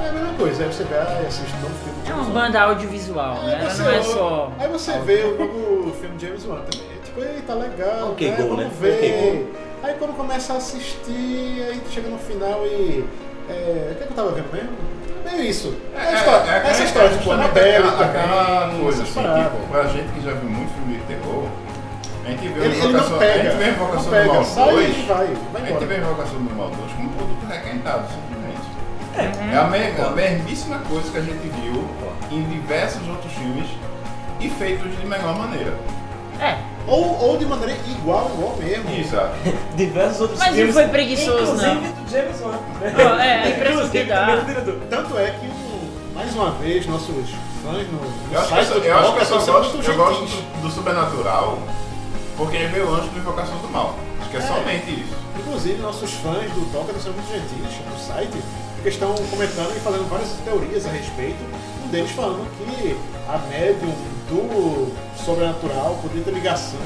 F: É a mesma coisa. Aí você vai e assiste um novo filme. de
E: É uma
F: James
E: banda audiovisual,
F: Bond.
E: né?
F: Aí
E: Ela
F: você,
E: não é
F: ouve-
E: só.
F: aí você vê o novo filme de James Wan também. É Tipo, eita, legal,
G: Ok,
F: né?
G: go,
F: Vamos
G: né?
F: ver.
G: Ok, go.
F: Aí quando começa a assistir, aí chega no final e. é, o que, é que eu tava vendo mesmo? É isso. É, a história. É, essa história, tipo,
B: justamente
F: Anabelle,
B: aquela,
F: é,
B: aquela coisa assim,
F: paradas.
B: tipo, pra gente que já viu muito filme de terror, a gente vê
F: Ele,
B: a
F: ele não
B: invocação, a
F: pega.
B: gente vê a
F: não
B: invocação do
F: pega,
B: mal
F: sai
B: 2,
F: e vai.
B: a
F: Vai
B: gente vê a
F: embora.
B: invocação do mal 2 como um produto requentado, simplesmente. É, a, me- a mesmíssima coisa que a gente viu em diversos outros filmes e feitos de melhor maneira.
E: É,
F: Ou, ou de maneira igual, igual mesmo.
B: Exato.
G: Diversos outros
E: mas não
G: filmes,
E: foi preguiçoso, não.
G: inclusive do James Wan.
E: Ó, é, a impressão que dá.
F: Tanto é que, o- mais uma vez, nossos fãs no, no
B: Eu acho que eu,
F: site
B: só-
F: do
B: eu acho que eu
F: Pipoca
B: só
F: são
B: gosto,
F: muito
B: eu gosto
F: gentis.
B: do, do sobrenatural porque ele veio antes do invocação do mal. Acho que é, somente isso.
F: Inclusive, nossos fãs do Toca são muito gentis no site, porque estão comentando e fazendo várias teorias a respeito. Um deles falando que a médium do sobrenatural poderia ter ligação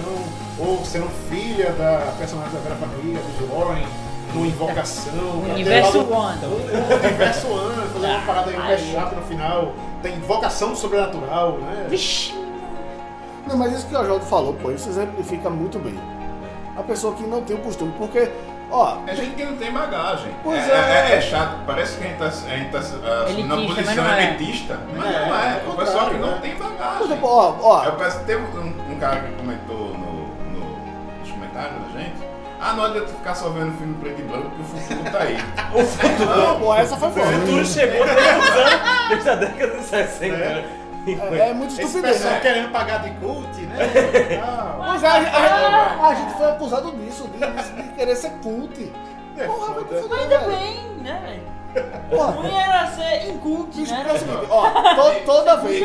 F: ou ser filha da personagem da Vera Família, do Warren, no Invocação. pra ter
E: Universo
F: lá no-
E: Wanda.
F: O Universo One, fazendo uma parada aí, um mashup no final. Tem Invocação Sobrenatural, né?
E: Vixi.
D: Não, mas isso que o Oswaldo falou, pô, isso exemplifica muito bem. A pessoa que não tem o costume, porque, ó,
B: É gente que não tem bagagem.
D: Pois
B: é,
D: é.
B: é chato. Parece que a gente tá, a gente tá assumindo uma
E: Elitista,
B: posição
E: mas não é.
B: elitista, mas
F: É,
B: não é.
F: é
B: o
F: contrário,
B: pessoal que não
F: né?
B: tem
D: por
B: bagagem. É
D: exemplo, ó, ó,
B: Eu peço, teve um, um cara que comentou no, no- nos comentários da gente. Ah, não adianta ficar só vendo filme preto e branco porque o futuro tá aí.
D: não, pô, essa foi
G: O
D: foda.
G: futuro chegou desde os anos, desde a década de né? 60.
D: É, é muito
F: Esse
D: estupidez,
F: pessoal
D: né?
F: querendo pagar de cult, né? Ah,
D: Pois é, a, a- a gente foi acusado disso, de, de- de querer ser cult. Porra, vai te
F: tá
D: fuder,
E: Ainda
D: velho.
E: bem, né, velho?
D: Porra,
E: Ruim era ser incult,
D: bicho,
E: né?
D: porque é o seguinte, ó, to- toda vez...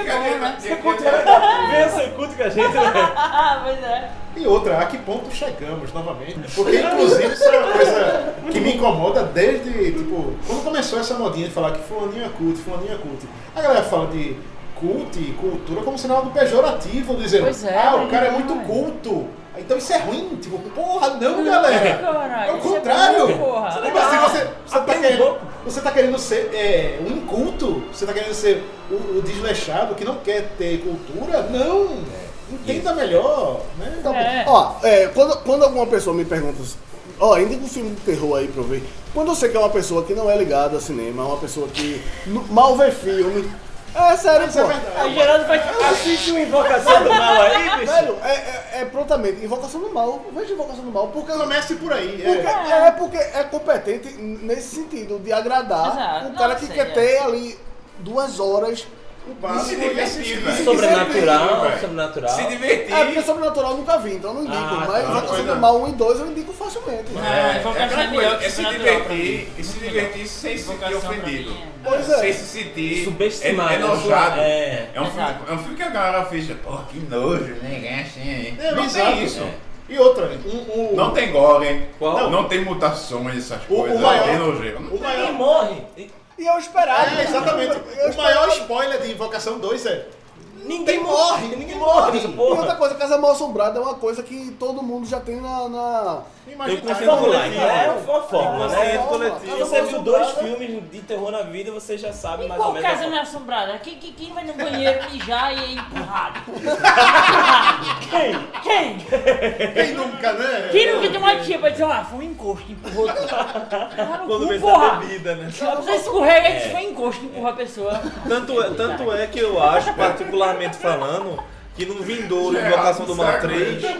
F: né?
G: Vem essa culto com a gente, né?
E: Ah, pois é.
F: E outra, a que ponto chegamos novamente? Porque, inclusive, isso é uma coisa que me incomoda desde, tipo, quando começou essa modinha de falar que fulaninho é culto, fulaninho é culto. A galera fala de culto e cultura como sinal do pejorativo, dizendo,
E: Pois é,
F: ah, o cara é
E: não,
F: muito
E: é.
F: culto. Então isso é ruim, tipo, porra, não, galera.
E: Caralho,
F: É o
E: isso
F: contrário.
E: bom, porra. um
F: Você lembra assim, você, você, tá
G: aprendeu.
F: querendo, você tá querendo ser é, um inculto? Você tá querendo ser o, o desleixado que não quer ter cultura? Não! Entenda melhor, né?
D: Então,
E: É.
D: Ó, é, quando, quando alguma pessoa me pergunta, assim, ó, indica um filme de terror aí pra eu ver. Quando eu sei que é uma pessoa que não é ligada a cinema, é uma pessoa que nu- mal vê filme. É sério,
F: Isso
D: pô.
F: é verdade.
G: Aí Geraldo vai assiste uma invocação do mal aí, bicho.
D: Velho, é, é- é prontamente. Invocação do mal. Veja Invocação do mal. Porque, porque
F: Comece por aí. É.
D: é. porque é competente nesse sentido, de agradar
E: Exato.
D: o cara
E: Não,
D: que
E: sei,
D: quer
E: é.
D: ter ali duas horas.
F: O básico
B: Se divertir,
F: é
B: velho.
G: Sobrenatural, sobrenatural.
B: Se divertir.
D: É, porque Sobrenatural eu nunca vi, então eu não indico.
G: Ah,
D: mas
G: tá.
D: Invocação
B: Pois é.
D: do mal 1 e 2 eu indico facilmente.
B: É,
E: Invocação
B: é aquela
E: é
B: coisa,
E: melhor que
B: é se
E: sobrenatural
B: divertir, e se divertir sem se sentir
E: Invocação pra
B: ofendido.
E: mim é-
D: Pois
B: Sem
D: é.
B: se sentir
G: Subestimado,
B: en-
G: né?
B: enojado.
G: É.
B: um, filme,
E: Exato.
B: é um filme que a galera fez, pô, que nojo, né? Assim, hein?
F: É,
B: não
F: exato.
B: tem isso.
F: E outra, um, um,
B: Não tem gore,
G: Qual?
B: não, não tem mutações, essas
F: o,
B: coisas,
F: o maior.
B: é nojeiro.
F: O
G: Quem
F: maior.
G: morre?
D: E eu esperava.
F: É, exatamente.
D: Eu
F: O
D: esperava.
F: maior spoiler de Invocação 2 é.
G: Ninguém
F: tem-
G: morre, ninguém morre nessa
D: E outra
G: porra.
D: coisa, Casa Mal Assombrada é uma coisa que todo mundo já tem na. na...
F: Imagina,
H: Eu
G: É
H: consigo-
G: fórmula, né? É uma fórmula, né?
D: Casa Mal
H: coletivo.
D: Assombrada.
G: Você viu dois filmes de terror na vida, você já sabe mais ou
E: Qual
G: menos. a
E: casa não é assombrada? Quem, quem, quem vai no banheiro mijar e é empurrado? quem? Quem?
F: Quem nunca, né?
E: Quem nunca tem uma tia pra dizer, ah, foi um encosto, empurrou tudo. Cara,
H: Quando
E: cu,
H: vem
E: porra.
H: essa bebida, né?
E: A pessoa escorrega e diz, foi um encosto, empurra a pessoa.
H: Tanto é, tanto é que eu acho, particularmente falando, que no vindouro
B: É,
H: Invocação do Mal
B: saco,
H: 3
F: né?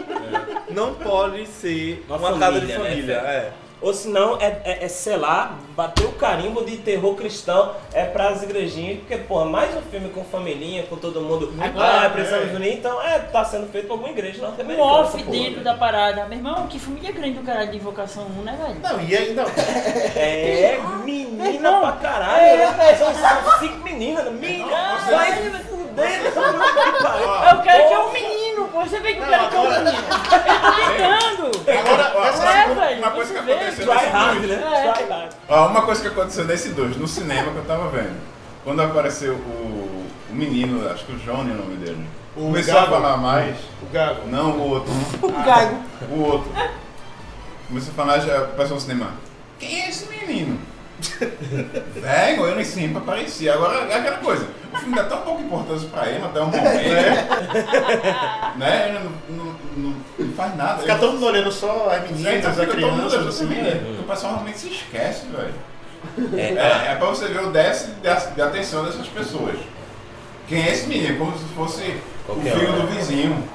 H: não pode ser
G: Uma
H: uma, casa de
G: família, né,
H: família.
G: Fé?
H: é.
G: Ou senão é, é, é selar, bater o carimbo de terror cristão, é pras igrejinhas, porque, porra, mais um filme com familhinha, com todo mundo. Ah, é, precisamos unir, então é, tá sendo feito por alguma igreja
E: Um
G: norte-americana. essa
E: off
G: porra.
E: dentro da parada. Meu irmão, que família grande do caralho de Invocação 1, né, velho?
F: Não, e ainda.
G: É, menina
E: Não.
G: pra caralho. né? São, são cinco meninas, né? menina. Então, Vai se fuder, essa puta que pariu.
E: É o cara que é um menino, pô. Você vê que o cara que é um menino. Ele tá tentando.
B: Agora, ó,
E: essa
F: é
B: uma-
E: segunda-
B: uma coisa que
E: você vê,
B: aconteceu
G: Try
B: nesse
G: hard,
B: dois.
G: né?
E: É.
G: Try hard.
B: Ó, uma coisa que aconteceu nesse dois, no cinema que eu tava vendo. Quando apareceu o, o menino, acho que o Johnny é o nome dele.
F: O
B: Começou
F: Gago.
B: a falar mais.
F: O Gago.
B: Não, o outro.
E: O gago.
B: O outro. Começou a falar, já passou no um cinema. Quem é esse menino? Velho, eu nem sempre aparecia. Agora é aquela coisa. O filme dá tão pouca importância pra ele até um momento. né? Ele não, não- não- não faz nada.
F: Fica
B: Ele-
F: todo mundo olhando só as
B: Gente,
G: tá
F: meninas,
B: fica
F: as
B: todo mundo
F: crianças.
B: olhando pro
F: assim,
B: menino,
F: né?
B: porque o pessoal realmente se esquece, velho.
G: É,
B: É, é pra você ver o déficit de, de atenção dessas pessoas. Quem é esse menino? Como se fosse
G: Qualquer
B: o filho
G: um, né?
B: do vizinho.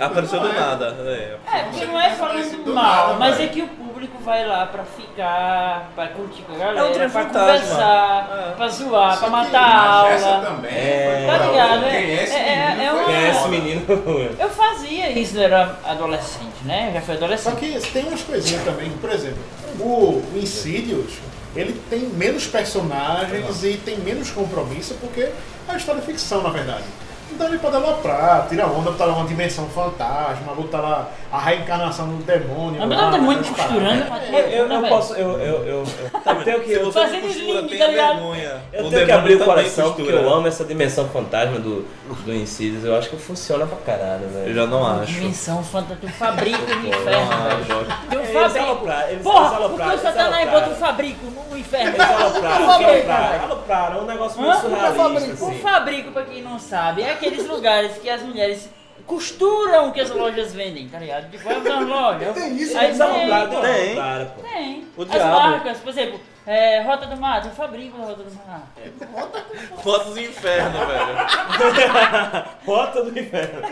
H: Apareceu do
B: Não é.
H: nada. É.
E: É, porque não é falando mal, mas é que o público vai lá pra ficar, pra curtir com a galera,
H: trem
E: pra
H: fantasma.
E: conversar,
H: É.
E: pra zoar, Ah, pra
B: Só que
E: matar
B: na
E: a
B: Jéssica
E: aula.
B: também.
G: É.
B: foi
E: Tá
B: pra-
E: ligado, né?
B: Quem é esse
E: É- é-
B: menino?
E: é
B: Foi
E: uma-
G: Quem é esse
B: foda.
G: menino?
E: Eu fazia isso, eu era adolescente, né? Eu já fui
F: Só
E: adolescente.
F: que tem umas coisinhas também, por exemplo, o o Insidious, ele tem menos personagens e tem menos compromisso porque é uma história de ficção, na verdade. Então ele pode aloprar, tira onda, botar lá uma dimensão fantasma, botar lá a reencarnação do demônio.
E: Ah, mas
F: lá,
E: não tem muito
F: essas
E: costurando.
F: paradas.
G: Eu, eu, eu posso, eu, eu, eu, eu tenho que, eu,
E: Tá Fazendo link, tá ligado?
H: vergonha.
G: eu tenho
H: O
G: que
H: demônio
G: abrir o
H: também
G: coração, porque
H: costura.
G: eu amo essa dimensão fantasma do, do Incidios, eu acho que funciona pra caralho, velho.
H: Eu já não acho.
E: Dimensão fantástica, tu fabrica no
G: Pô,
E: inferno,
G: não, é
E: velho.
G: eu gosto.
E: Tem um
G: Eles
E: fabrico.
G: alopraram, eles- eles
E: Porra, porque
G: alopraram,
E: o
G: eles
E: Satanás bota um
G: alopraram.
E: fabrico no inferno.
G: Eles alopraram,
E: Por quê,
G: alopraram,
E: cara?
G: alopraram, é um negócio
E: Hã?
G: muito
E: fabrico?
G: surrealista,
E: O
G: assim.
E: fabrico, pra quem não sabe, é aqueles lugares que as mulheres costuram o que as lojas vendem, tá ligado? Tipo, é uma loja.
D: Tem isso,
E: Aí
G: Eles alopraram,
E: tem,
G: eles
H: Tem.
G: alopraram, pô.
E: Tem.
H: O
E: As
H: diabo.
E: marcas, por exemplo, é, Rota do Mato, eu fabrico a Rota do Mato.
H: Fotos do inferno, velho.
G: Rota do inferno.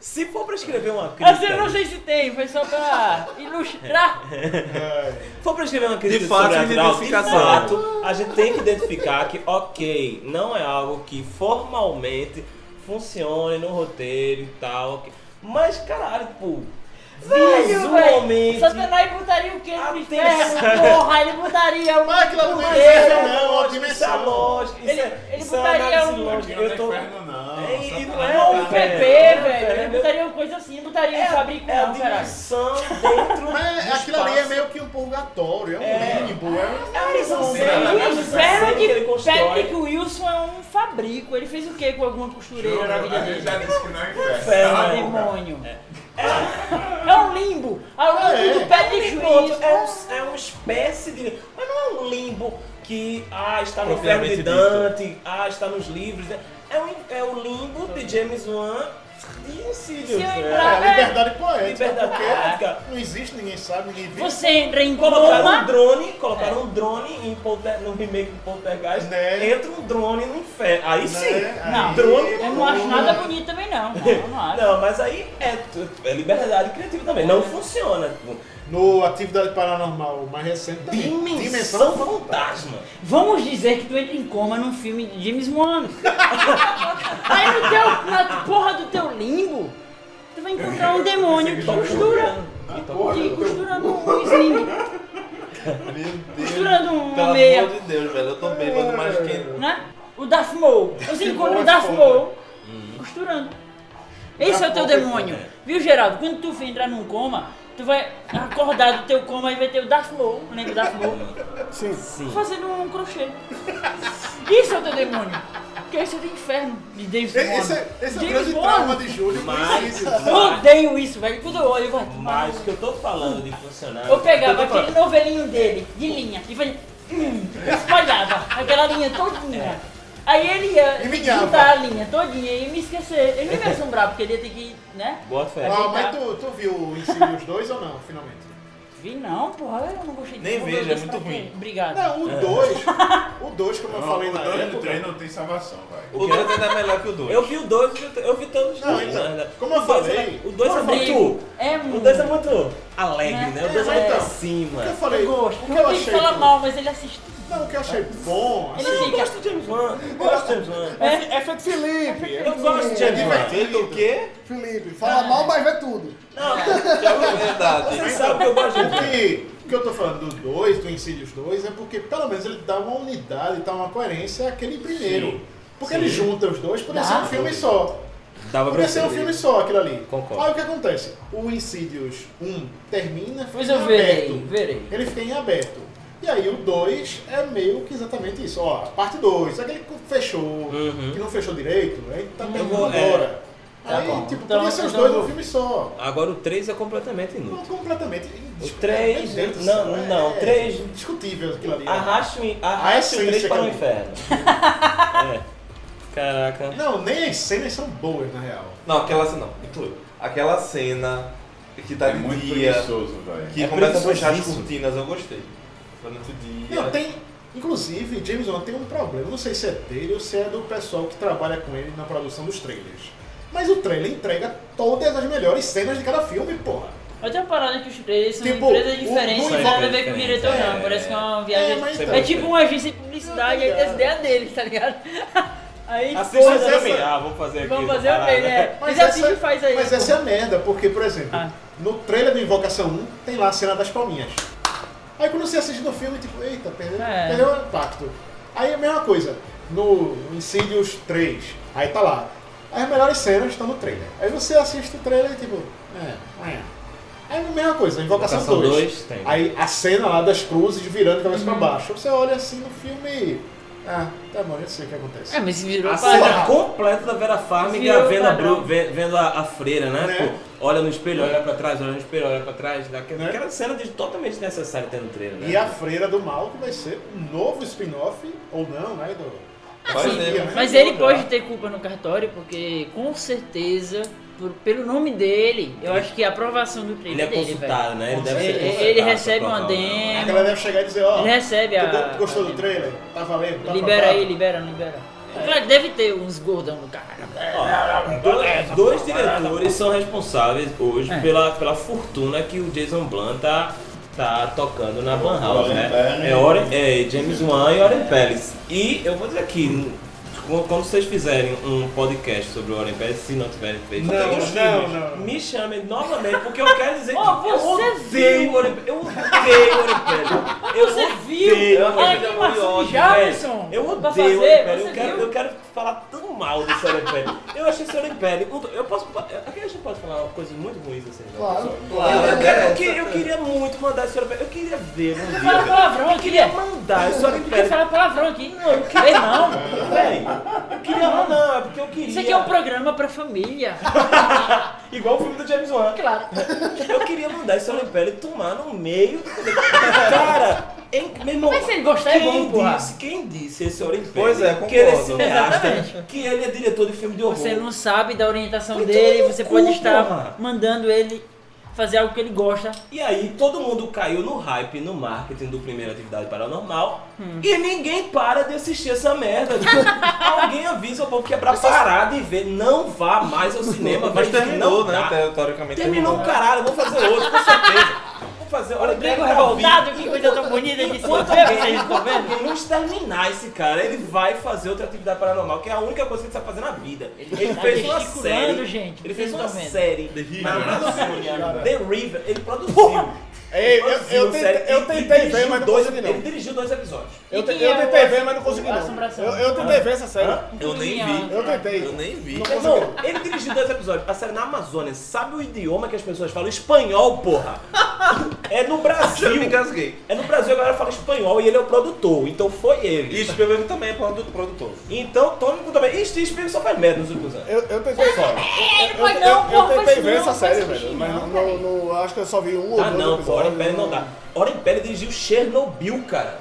G: Se for pra escrever uma crítica,
E: Assim, eu não sei se tem, foi só pra ilustrar.
G: se for pra escrever uma crítica
H: De fato,
G: sobre a
H: de
G: Drauzio,
H: identificação.
G: de fato, a gente tem que identificar que, ok, não é algo que formalmente funcione no roteiro e tal, ok. mas caralho, tipo, visualmente...
E: Satanás botaria o quê no inferno?
G: Atenção.
E: Porra, ele botaria uma
F: Máquina do
E: porra,
F: é
G: é,
F: inferno,
E: né?
F: não, a
G: Isso é
F: dimensão.
G: lógico, isso
E: Ele-
G: é,
E: ele
G: isso é
E: botaria
G: análise
E: um-
G: lógica. Eu tô...
B: Inferno não.
G: É, e não
B: Satanás.
G: é
E: Não,
G: um
E: o PP,
G: É,
E: velho.
G: é,
E: Ele botaria uma coisa assim, botaria
G: É,
E: um fabrico
G: é a
E: não, caralho.
G: dimensão dentro
F: Mas
G: do
F: aquilo ali é
G: espaço.
F: meio que um purgatório, é um
G: É.
F: limbo, é um
G: É uma visão
E: É, O inferno é
G: que
E: que
G: ele
E: Patrick
G: constrói.
E: Wilson é um fabrico. Ele fez o quê com alguma costureira na vida
B: Eu
E: dele?
B: É já disse que não é inferno.
G: Inferno,
B: Cala a boca.
E: Demônio. É um limbo. É um limbo do Patrick
G: Pronto, é,
E: Wilson.
G: um, é uma espécie de. Mas não é um limbo que ah, está no inferno
H: Propriamente
G: de Dante, ah, está nos livros. né? É, um, é o limbo de James Wan de Insidious.
E: Se eu
G: né?
E: entrar-
F: É, liberdade poética.
G: Liberdade
F: porque
G: poética.
F: Não existe, ninguém sabe, ninguém vê.
E: Você entra em
G: Colocaram um
E: coma.
G: drone, colocaram
E: É.
G: um drone em polter, no remake do Poltergeist,
F: Né?
G: entra um drone no inferno. Aí sim,
E: Não,
G: drone
E: eu não acho nada bonito também não. Não, eu não acho.
G: Não, mas aí é, tu- é liberdade criativa também. Não funciona. tipo,
F: No Atividade Paranormal mais recente tá também.
G: Dimensão, fantasma.
E: Vamos dizer que tu entra em coma num filme de James Wan. Aí no teu, na porra do teu limbo, tu vai encontrar um demônio que costura. Que costurando um sling. Costurando
H: Pelo
E: uma meia.
H: amor de Deus, velho. Eu tô bêbado, mas quem.
E: Né? O Darth Maul. Você encontra o Darth Maul costurando. Esse é o teu demônio. Viu, Geraldo? Quando tu for entrar num coma, tu vai acordar do teu coma e vai ter o Darth Maul. Lembra o Darth Maul?
D: Sim.
E: Fazendo um crochê. Isso é o teu demônio. Porque isso é do inferno de James Bond.
F: Esse é, esse é o
E: James
F: grande
E: Bond.
F: trauma de Júlio.
G: Mas-
F: coincide.
E: Eu odeio isso, velho. Quando eu olho, eu falo,
G: Mas o que eu tô falando de funcionário.
E: Eu
G: o que
E: pegava
G: eu tô
E: aquele novelinho dele, de linha, e fazia. Hum, espalhava aquela linha todinha. Aí ele ia
F: E minhava.
E: juntar a linha todinha e me esquecer. Ele não ia assombrar, porque ele ia ter que. né?
G: Bota fé.
F: Ah, mas tu, tu viu o Insidious 2 ou não, finalmente?
E: Vi não, porra, eu não gostei de
H: Nem
E: não
H: vejo,
E: gostei
H: é muito
E: pra quê?
H: ruim.
E: Obrigado.
F: Não, o 2. O 2, como eu
B: Não,
F: falei
B: o
F: na
B: dois é do
F: época.
B: três não tem salvação, vai.
H: O 2 ainda é melhor que o 2.
G: Eu vi o 2, eu vi todos os
F: Não,
G: dois,
F: então,
G: né?
F: como eu
G: O dois
F: falei,
G: é- O 2 é
E: Porra,
G: muito.
E: É
G: O
E: muito.
G: 2 é muito alegre,
E: É,
G: né? O 2 é
E: é.
F: então,
G: muito
F: O que eu
G: acima.
F: falei?
E: Eu gosto.
F: O que eu
E: Não tem que
F: achei.
E: falar mal, mas ele assiste.
F: Não, o que eu achei bom.
E: Ele
F: assim,
G: Eu
E: fica.
G: gosto de James Wan. Eu gosto de James Wan.
D: É feito Felipe.
G: Eu gosto de James Wan.
H: Ele o quê?
D: Felipe, fala mal, mas vê tudo.
H: É verdade.
G: Você sabe que eu gosto de
F: O
G: James Wan.
F: que, o que eu tô falando do 2, do Insidious 2, é porque pelo menos ele dá uma unidade, dá uma coerência àquele primeiro.
G: Sim.
F: Porque
G: Sim.
F: ele junta os dois, poderia
E: Dá.
F: ser um filme só.
G: Dava pra
F: Poderia ser um
G: ser.
F: filme só aquilo ali.
G: Concordo.
F: Aí o que acontece? O Insidious 1 termina,
E: Pois
F: fica
E: eu
F: em
E: verei,
F: aberto.
E: verei.
F: Ele fica em aberto. E aí o 2 é meio que exatamente isso. Ó, a parte 2, aquele que fechou, que não fechou direito, aí tá terminando
G: vou- é.
F: agora.
E: Tá
F: aí,
E: bom.
F: tipo,
E: Então-
F: podia ser os
E: então
F: dois num
E: eu vou-
F: filme só.
G: Agora o 3 é completamente
F: Não,
G: inútil.
F: completamente. É,
G: O três,
F: Meu Deus do
G: não,
F: céu,
G: não, três-
F: Discutível aquilo ali. né?
G: Arraste o
F: A
G: arraste o
F: essência
E: um
G: 3 para o
F: que é-
G: inferno. É. Caraca.
F: Não, nem as cenas são boas, na real.
H: Não, aquela cena não, inclui. Aquela cena que tá
B: É
H: de
B: muito
H: dia,
B: preguiçoso, velho.
H: que
G: É
H: começa a fechar as
G: preguiçosíssimo.
H: cortinas, eu gostei. Foi muito dia.
F: Não, tem. Inclusive, James Wan tem um problema. Não sei se é dele ou se é do pessoal que trabalha com ele na produção dos trailers. Mas o trailer entrega todas as melhores cenas de cada filme, porra.
E: Mas tem uma parada que os três são
F: Tipo,
E: empresas
F: o-
E: diferentes,
F: o-
E: não tem nada a ver
G: diferente,
E: com o diretor,
G: é.
E: não. Parece que é uma viagem.
F: É, mas
E: É,
F: então-
E: tipo uma agência de publicidade, aí tem as
F: Obrigado.
E: ideias deles, tá ligado? Aí
G: Assista
E: foda-se.
G: também. Ah, vou fazer aqui.
E: Vamos fazer
G: essa
E: a dele,
G: parada.
E: é. Mas assiste e faz aí.
F: mas essa é a merda, porque, por exemplo,
E: Ah.
F: no trailer do Invocação 1 tem lá a cena das palminhas. Aí quando você assiste no filme, tipo, eita, perdeu,
E: É.
F: perdeu o impacto. Aí a mesma coisa, no Insidious 3, aí tá lá. As melhores cenas estão no trailer. Aí você assiste o trailer e tipo, é, é. Aí a mesma coisa, Invocação,
G: Invocação
F: 2.
G: dois, tem.
F: Aí a cena lá das cruzes virando de
E: Uhum.
F: cabeça pra baixo. Você olha assim no filme. Ah, tá bom, já sei o que acontece.
E: É, mas se virou
G: A
E: padrão.
G: cena completa da Vera Farmiga
E: Virou
G: vendo, a,
E: padrão.
G: Bru- ve- vendo a, a freira, né?
F: Né?
G: Pô, olha no espelho, olha pra trás, olha no espelho, olha pra trás. dá Aquela,
F: Né?
G: aquela cena de totalmente necessária ter no trailer, né?
F: E a Freira do Mal, que vai ser um novo spin-off, ou não, né? Do...
H: Vai
E: sim,
H: ter, né?
E: Mas ele pode ter culpa no cartório, porque com certeza, por- pelo nome dele, eu acho que a aprovação do
G: Ele
E: trailer
G: é
E: dele,
G: consultado, né? Ele deve
E: Ele- é ele
G: ser consultado. né?
E: recebe uma
G: provavelmente.
F: A galera deve chegar e dizer, ó,
E: um Ele recebe
F: tu
E: a-
F: go- gostou do
E: a-
F: trailer? Tá valendo? Tá
E: velho. Libera
F: aprovado?
E: aí, libera, não libera. Claro, deve ter uns gordão no cara.
G: Ó, dois, dois diretores são responsáveis hoje
E: É.
G: pela, pela fortuna que o Jason Blunt tá, tá tocando na Van House,
B: Oren
G: né?
B: Pellin.
G: É, Oren, é James Wan e Oren Pelles. E eu vou dizer aqui, n- qu- quando vocês fizerem um podcast sobre o Oren Pelles, se não tiverem feito,
F: Não,
G: tem os
F: não,
G: filmes,
F: não.
G: me chamem novamente, porque eu quero dizer
E: Ó,
G: que eu
E: você
G: odeio
E: viu.
G: o Oren Pelles. Eu odeio o Oren Pelles. Eu
E: Você viu
G: odeio
E: a
G: o Oren Pelles.
E: animação de
G: Velho,
E: Jefferson?
G: Eu
E: Pra
G: odeio o
E: fazer,
G: Oren Pelles.
E: você
G: Eu quero,
E: viu?
G: eu quero falar tão mal desse Orempelli. Eu achei esse Orempelli. um do- Eu posso. Aqui a gente pode falar coisas muito ruins assim. né?
D: Claro.
G: Eu, eu
H: Claro,
G: quero-
H: é.
G: eu que- eu queria muito mandar esse Orempelli. Eu queria ver um
E: Fala
G: dia.
E: palavrão aqui,
G: Eu queria
E: Guilherme.
G: mandar esse
E: Tu quer
G: Orempelli.
E: falar palavrão aqui? Não, eu não queria não.
G: Véi, eu queria não, não, é porque eu queria.
E: Isso aqui é um programa pra família.
G: Igual o filme do James Wan.
E: Claro.
G: Eu queria mandar esse Orempelli tomar no meio do. Cara! Hein, meu irmão,
E: Mas se ele gostar, é
G: quem
E: bom, porra.
G: disse, quem disse esse Orempelli?
H: Pois é,
G: que ele é
H: concordo.
G: cineasta,
E: Exatamente.
G: que ele é diretor de filme de horror.
E: Você não sabe da orientação
G: Foi
E: dele,
G: tudo no
E: você
F: um
G: cu,
E: pode estar
G: porra.
E: mandando ele fazer algo que ele gosta.
G: E aí todo mundo caiu no hype, no marketing do Primeira Atividade Paranormal
E: Hum.
G: e ninguém para de assistir essa merda. Alguém avisa o povo que é pra parar de ver, não vá mais ao cinema.
H: Mas
G: veja que
H: terminou,
G: não dá.
H: né? Te- Teoricamente
G: Terminou o caralho, vou fazer outro, com certeza. Vou fazer, olha,
E: Rodrigo
G: deve tá ouvindo.
E: revoltado, que coisa tão bonita de se
G: Enquanto
E: ver, vocês
G: alguém,
E: estão
G: enquanto
E: vendo?
G: alguém não exterminar esse cara, ele vai fazer outra atividade paranormal, que é a única coisa que ele sabe fazer na vida.
E: Ele
G: Ele
E: tá
G: fez uma
E: gesticulando,
G: série.
E: gente,
G: Ele fez
E: vocês
G: uma
E: estão vendo.
G: série
H: River.
G: na Amazônia, The River, ele produziu.
K: Ei, eu, eu tentei, eu tentei ver, mas não
H: dois,
K: consegui
H: Ele
K: não.
H: dirigiu dois episódios.
K: Eu, te-
E: E quem
K: eu
E: é o-
K: tentei ver, mas não consegui
E: a
K: não.
E: assombração?
K: Eu, eu tentei ver essa série.
H: Eu nem vi.
K: Eu tentei.
H: Eu nem vi.
K: Não consegui.
G: Não, ele dirigiu dois episódios. A série na Amazônia, sabe o idioma que as pessoas falam? Espanhol, porra! É no
H: Eu me
G: Brasil.
H: engasguei.
G: É no Brasil a galera fala espanhol e ele é o produtor, então foi
H: E
G: ele.
H: Spielberg também é produto- produtor.
G: Então Tony também. E Steve Spielberg só faz merda nos últimos anos.
F: Eu, eu tentei só.
E: Ele
F: Eu,
E: pode não,
F: eu, eu
E: porra,
F: tentei
E: faz
F: ver
E: não,
F: essa
E: faz
F: série,
E: xixi,
F: velho. Mas
E: não,
F: não,
E: peraí.
F: não, acho que eu só vi um ou
G: Ah
F: dois
G: não, pô, Hora
F: episódios.
G: Império não dá. Hora Império dirigiu Chernobyl, cara.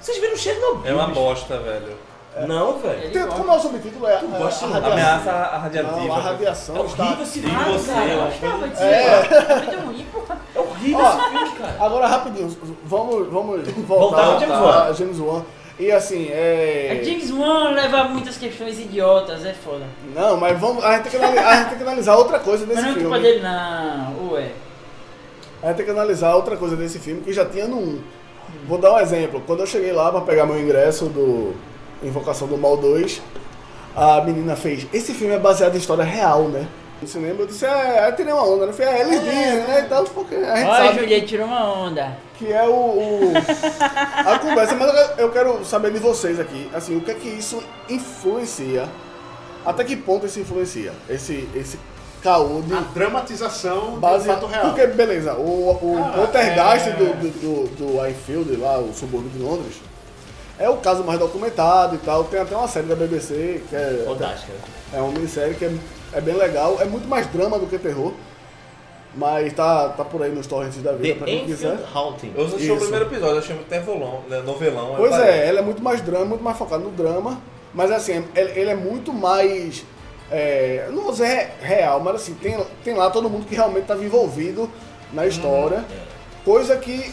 G: Vocês viram Chernobyl?
H: É uma
G: bicho?
H: bosta, velho.
G: Não, velho.
F: Tem- Como é o subtítulo? É, é a
G: gosta de
F: radiação.
H: Ameaça a radiativa.
F: Não, a
H: velho.
F: radiação
G: É
F: está...
G: horrível esse filme,
H: E você,
G: cara.
H: eu
E: Eu
H: acho.
E: gostava disso. É muito ruim, porra.
G: É horrível
F: Ó.
G: esse filme, cara.
F: Agora, rapidinho, vamos, vamos
G: Voltar ao
F: voltar
G: James
F: a-
G: Wan.
F: a James Wan. E assim, é...
E: É, James Wan leva muitas questões idiotas, é foda.
F: Não, mas vamos, a, gente tem que analis- a gente tem que analisar outra coisa desse
E: Mas não é culpa
F: filme.
E: dele, não. Ué.
F: A gente tem que analisar outra coisa desse filme que já tinha no 1. Vou dar um exemplo. Quando eu cheguei lá pra pegar meu ingresso do Invocação do Mal 2, a menina fez: Esse filme é baseado em história real, né? No cinema eu disse: É, aí tirei uma onda. Eu falei: É, eles dizem, né? Então, porque a gente
E: Olha,
F: sabe
E: Juliette tirou uma onda.
F: que é o. o- a conversa. Mas eu- eu quero saber de vocês aqui, assim, o que é que isso influencia? Até que ponto isso influencia? Esse, esse caô de
K: A dramatização
F: base.
K: do fato real.
F: Porque, beleza, o, o
K: Ah,
F: poltergeist
K: é.
F: do, do, do, do Highfield, lá, o subúrbio de Londres, é o caso mais documentado e tal. Tem até uma série da BBC, que é,
G: Fantástica.
F: é uma minissérie que é, é bem legal. É muito mais drama do que terror. Mas tá, tá por aí nos torrents da vida, pra
G: The
F: quem quiser.
G: Enfield Haunting.
H: Eu assisti o
F: Isso.
H: primeiro episódio, achei muito novelão, né, novelão. aí
F: Pois
H: parei.
F: é, ela é muito mais drama, muito mais focada no drama. Mas assim, ele, ele é muito mais. é, eu não vou dizer re- real, mas assim, tem, tem lá todo mundo que realmente estava envolvido
K: Uhum.
F: na história. Coisa que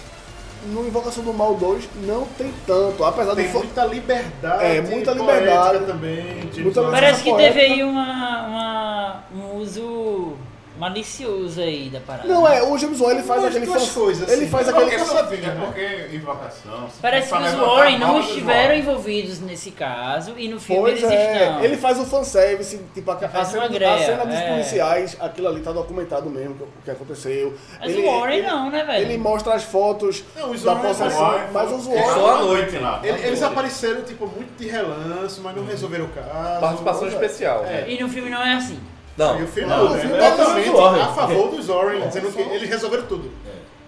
F: no Invocação do Mal 2 não tem tanto. Apesar
K: Tem
F: do. fo-
K: muita liberdade.
F: É,
K: poética
F: muita liberdade.
K: também. James
B: tipo,
F: Muita
K: Wan.
F: liberdade.
E: Parece que
F: poética.
E: teve aí uma, uma- um uso malicioso aí da parada.
F: Não, é, o James Wan ele faz
K: Umas
F: aquele
K: duas
F: fan-
K: coisas,
F: Ele
K: assim.
F: faz
B: É
F: aquele.
B: porque,
F: fan-
B: é
F: né?
B: porque invocação. é você
E: Parece que
B: faz pra
E: os
B: levantar a
E: Warren não
B: bola dos
E: estiveram
B: Warren.
E: envolvidos nesse caso e no filme
F: Pois
E: eles
F: é,
E: estão.
F: ele faz o fanservice, tipo, a, a
E: faz
F: cena,
E: uma
F: a
E: greia,
F: cena dos
E: é.
F: policiais, aquilo ali tá documentado mesmo, o que aconteceu.
E: Mas o Warren não, né, velho?
F: Ele mostra as fotos
K: Não, os
F: da
K: Warren-
F: possessão,
B: Warren-
F: mas os
B: É
F: Warren...
H: Só à noite.
B: lá.
K: Ele- Eles
B: Tá bom.
K: apareceram, tipo, muito de relance, mas não resolveram o caso.
H: Participação
K: É.
H: especial.
K: É.
E: E no filme não é assim.
H: Não.
K: E o filme,
F: Não,
K: não, né?
F: o filme é
K: totalmente
F: dos Warren. É.
K: a favor dos Orange, dizendo que eles resolveram tudo.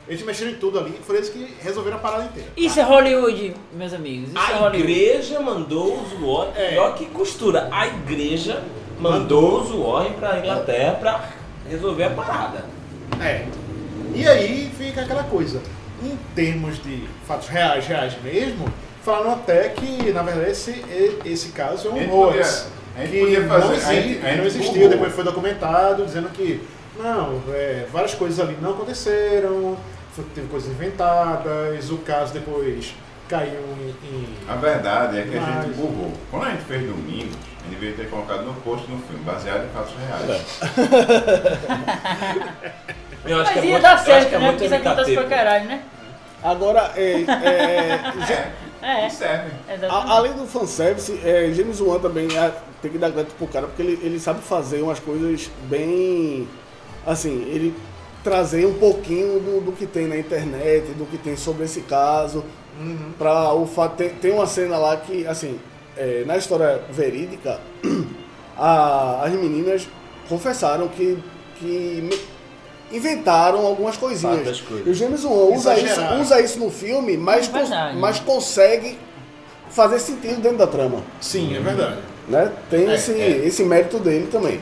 K: Eles mexeram em tudo ali, foram eles que resolveram a parada inteira.
E: Isso é Hollywood, meus amigos. Isso é
G: A
E: Hollywood.
G: igreja mandou os Warren.
K: É.
G: Pior que costura. A igreja mandou os Warren pra Inglaterra pra resolver a parada.
K: É. E aí fica aquela coisa. Em termos de fatos reais, reais mesmo, falaram até que, na verdade, esse, esse caso é
B: A
K: um
B: gente
K: hoax.
B: podia- a gente
K: que
B: podia
K: não,
B: fazer-
K: existe,
B: a gente- a gente
K: não existiu,
B: divulgou.
K: depois foi documentado, dizendo que não, é, várias coisas ali não aconteceram, foi- teve coisas inventadas, o caso depois caiu em. em-
B: A verdade é que a
K: Mas-
B: gente burrou. Quando a gente fez Domingos, a gente devia ter colocado no post no filme, baseado em fatos reais.
G: Eu acho
E: Mas
G: que é
E: ia
G: muito-
E: dar
G: eu acho que
E: certo,
G: é
E: né?
G: muito
E: Porque isso acontece pra
G: imitativa.
E: caralho, né?
F: Agora, é, é,
B: É,
E: É,
B: e serve.
F: a-
E: exatamente.
F: além do fanservice, é, James Wan também é, tem que dar crédito pro cara, porque ele, ele sabe fazer umas coisas bem... Assim, ele trazer um pouquinho do, do que tem na internet, do que tem sobre esse caso, pra o fato... Tem, tem uma cena lá que, assim, é, na história verídica, a- as meninas confessaram que... que me- inventaram algumas coisinhas.
G: Fatas coisas.
F: E o James Wan usa isso,
K: Exagerar.
F: usa isso no filme, mas,
E: É
F: cons-
E: verdade.
F: mas consegue fazer sentido dentro da trama.
K: Sim, é verdade.
F: Né? Tem
K: É,
F: esse,
K: é.
F: esse mérito dele também.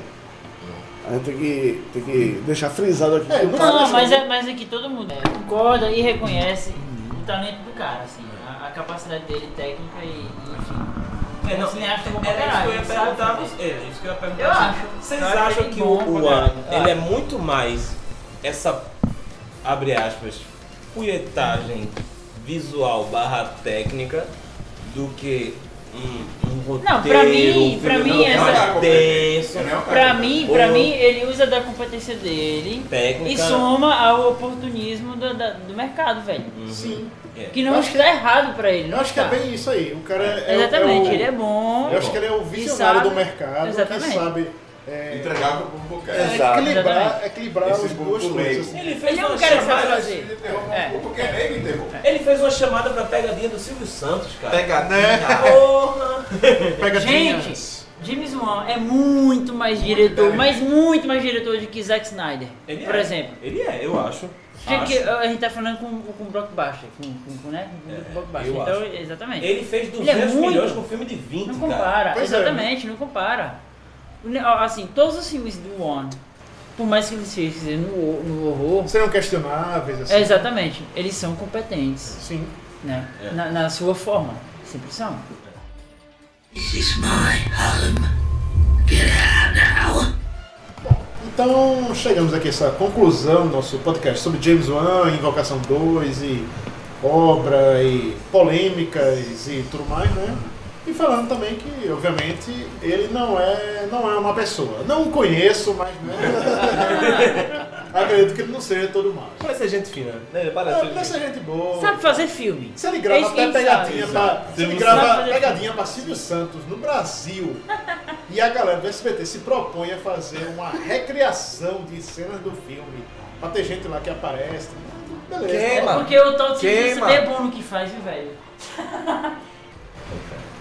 F: A gente tem que, tem que deixar frisado aqui.
K: É,
F: que o
K: não-
F: cara-
E: Não, mas é, mas é que todo mundo é, concorda e reconhece o talento do cara, assim, a, a capacidade dele técnica e, e enfim.
G: É, não,
E: cineasta bom pra
G: Era isso que eu ia
E: caralho, sabe?
G: perguntar a você. É, isso que eu ia perguntar
E: Eu
G: a você.
E: acho.
G: Vocês
E: Eu acho
G: acham
E: ele é
G: que
E: bom
G: o, o
E: pra
G: Juan,
E: caralho. Ah.
G: ele é
E: Acho.
G: muito mais essa, abre aspas, punhetagem visual barra técnica do que um, um roteiro,
E: Não, pra mim-
G: um
E: pra
G: filme
E: mim
B: é
G: mais
E: essa-
G: denso,
B: Não é o cara
E: É. Pra
B: que-
E: mim,
K: Uhum.
E: pra mim, ele usa da competência dele
G: técnica.
E: e soma ao oportunismo do, da- do mercado, velho.
K: Sim.
G: É.
E: Que não
K: Uhum. Eu acho
E: está errado pra ele,
K: Eu
E: não
K: acho que é
E: está.
K: bem isso aí. O cara é, é o-
E: Tá. Exatamente,
K: é o,
E: ele é bom.
K: Eu acho que ele é o visionário
E: sabe-
K: do mercado,
E: Exatamente.
K: que sabe
F: é,
B: Entregar pro público
F: é,
B: quer.
H: Exato.
F: equilibrar, equilibrar
B: Esse
F: as duas
B: público
F: coisas.
K: assim.
B: leigo.
G: Ele fez
E: Ele é um
G: uma
E: cara que sabe
G: chamada.
E: fazer.
B: O público quer leigo, entendeu?
G: Ele fez uma chamada pra pegadinha do Silvio Santos, cara.
B: Pegadinha.
G: Porra!
E: Gente, James Wan é muito mais diretor, mas muito mais diretor do que Zack Snyder,
G: Ele
E: por
G: é.
E: exemplo.
G: Ele é, eu acho.
E: Gente,
G: Acho.
E: que a gente tá falando com, com blockbuster, com, com, com, né? com
G: É,
E: blockbuster.
G: eu
E: Então,
G: acho.
E: exatamente.
G: Ele fez
E: Ele é
G: 200
E: muito-
G: milhões com um filme de 20,
E: Não
G: cara.
E: compara,
F: Pois é.
E: exatamente, não compara. O ne- ó, Assim, todos os filmes do One, por mais que eles sejam no, no horror,
F: Serão questionáveis, assim.
E: é, exatamente, eles são competentes,
F: Sim.
E: né?
G: É.
E: Na, na sua forma, sempre são.
C: This is my home. Get out now.
F: Então, chegamos aqui a essa conclusão do nosso podcast sobre James Wan, Invocação 2 e obra e polêmicas e tudo mais, né? E falando também que, obviamente, ele não é, não é uma pessoa. Não o conheço, mas né? acredito que ele não seja todo mal.
G: é
H: Parece gente fina, né? Ele
F: Ah,
H: parece
F: Deve ser gente boa.
E: Sabe fazer filme. É
F: Se ele grava
E: Eles-
F: até
E: eles
F: pegadinha
E: sabem.
F: pra, se ele
E: Silvio
F: grava
E: Santos.
F: pegadinha pra Silvio Santos no Brasil e a galera do SBT se propõe a fazer uma recriação de cenas do filme pra ter gente lá que aparece. Beleza.
H: Queima.
E: Porque o Todd Silvestre
H: Queima.
E: é bom no que faz, viu, velho?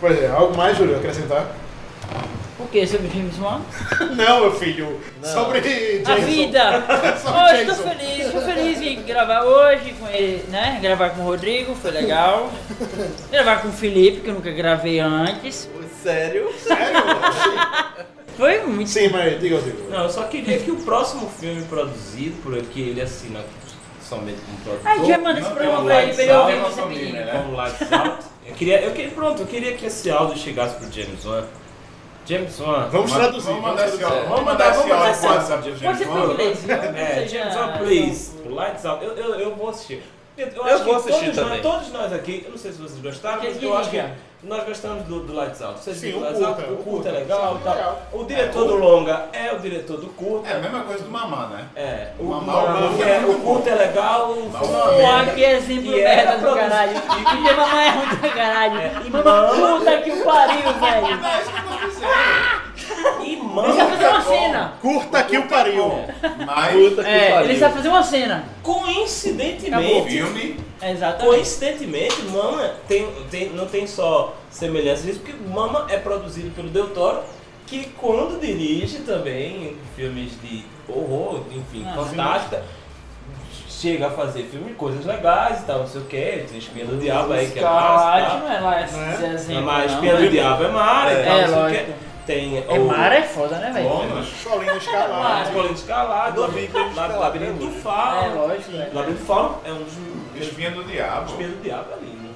F: Pois é, algo mais, Júlio, acrescentar?
E: O que? Sobre James Wan?
F: Não, meu filho. Sobre
E: A
F: Jason.
E: vida!
F: Sobre
E: Hoje tô
F: Jason.
E: feliz, tô feliz em gravar hoje com ele, né? Gravar com o Rodrigo, foi legal. gravar com o Felipe, que eu nunca gravei antes.
H: um Sério?
E: Foi muito.
F: Sim, mas diga, Rodrigo.
G: Não, eu só queria que o próximo filme produzido por aqui, ele assina somente como produtor.
E: A gente vai mandar esse
B: Não, um
E: programa
B: não,
E: pra ele, pra ele
G: não,
E: ouvir
B: não,
E: você
B: não,
E: pedir.
B: não, não.
G: Vamos lá, exato. Eu queria, eu queria, pronto, eu queria que esse áudio chegasse pro James Wan. James Wan.
F: Vamos
B: Mas-
F: traduzir.
B: Vamos mandar esse áudio. Vamos
G: É.
B: mandar esse áudio
G: Vamos
B: pro
G: mandar esse
B: WhatsApp do
E: Pode ser
B: James
E: pra né?
B: Wan.
E: inglês, viu?
G: É, James Wan, please. Lights out. Eu, eu, eu vou assistir. Eu, eu acho
H: vou
G: que
H: assistir
G: todos nós,
H: também.
G: todos nós aqui, eu não sei se vocês gostaram,
E: Porque
G: mas eu acho que
E: liga.
G: nós gostamos do, do Lights Out. Vocês
F: Sim,
G: viram
F: o
G: Lights Out?
F: curta,
G: o
F: o
G: curta é
F: curta.
G: legal
F: Sim,
G: e tal.
F: legal.
G: O diretor do longa é o diretor do curta.
B: É a mesma coisa do Mamá, né?
G: É, o,
B: Uma
G: o-
B: mal-
G: o- é, o culto é legal, o filme é uma
E: Pô,
G: merda.
E: que um exemplo
G: E era
E: merda do
G: produzido.
E: caralho. Porque mamãe é ruim do caralho.
G: É, e
E: Mamãe, puta que pariu, velho.
B: É
G: E
E: Ele sabe
G: mano,
E: fazer uma cena.
F: Curta aqui o pariu.
B: Mas
E: É, ele sabe fazer uma cena.
B: o
G: coincidentemente,
B: filme
E: Exatamente.
G: coincidentemente, Mama tem, tem- não tem só semelhança nisso, porque Mama é produzido pelo Del Toro, que quando dirige também filmes de horror, enfim,
E: Ah,
G: fantástica, chega a fazer filmes de coisas legais e tal, não sei o que, tem Espinha do Diabo aí que é massa. e tal.
E: Caralho, não é lá esse
F: Né?
E: exemplo,
G: Mas
E: não,
G: Espinha
E: né?
G: do Diabo é Mara e tal,
E: É,
G: não sei o
E: lógico.
G: que. Tem
E: É
G: o-
E: Mara é foda, né, velho?
B: Bônus.
F: Cholinho escalado.
G: Escola de Escalado,
H: Labirinto de Escalado,
G: Labirinto do
E: É
G: Fauno.
E: lógico, velho.
G: Labirinto do Fauno é um dos
B: Espinha do Diabo.
G: espelhos do diabo é lindo.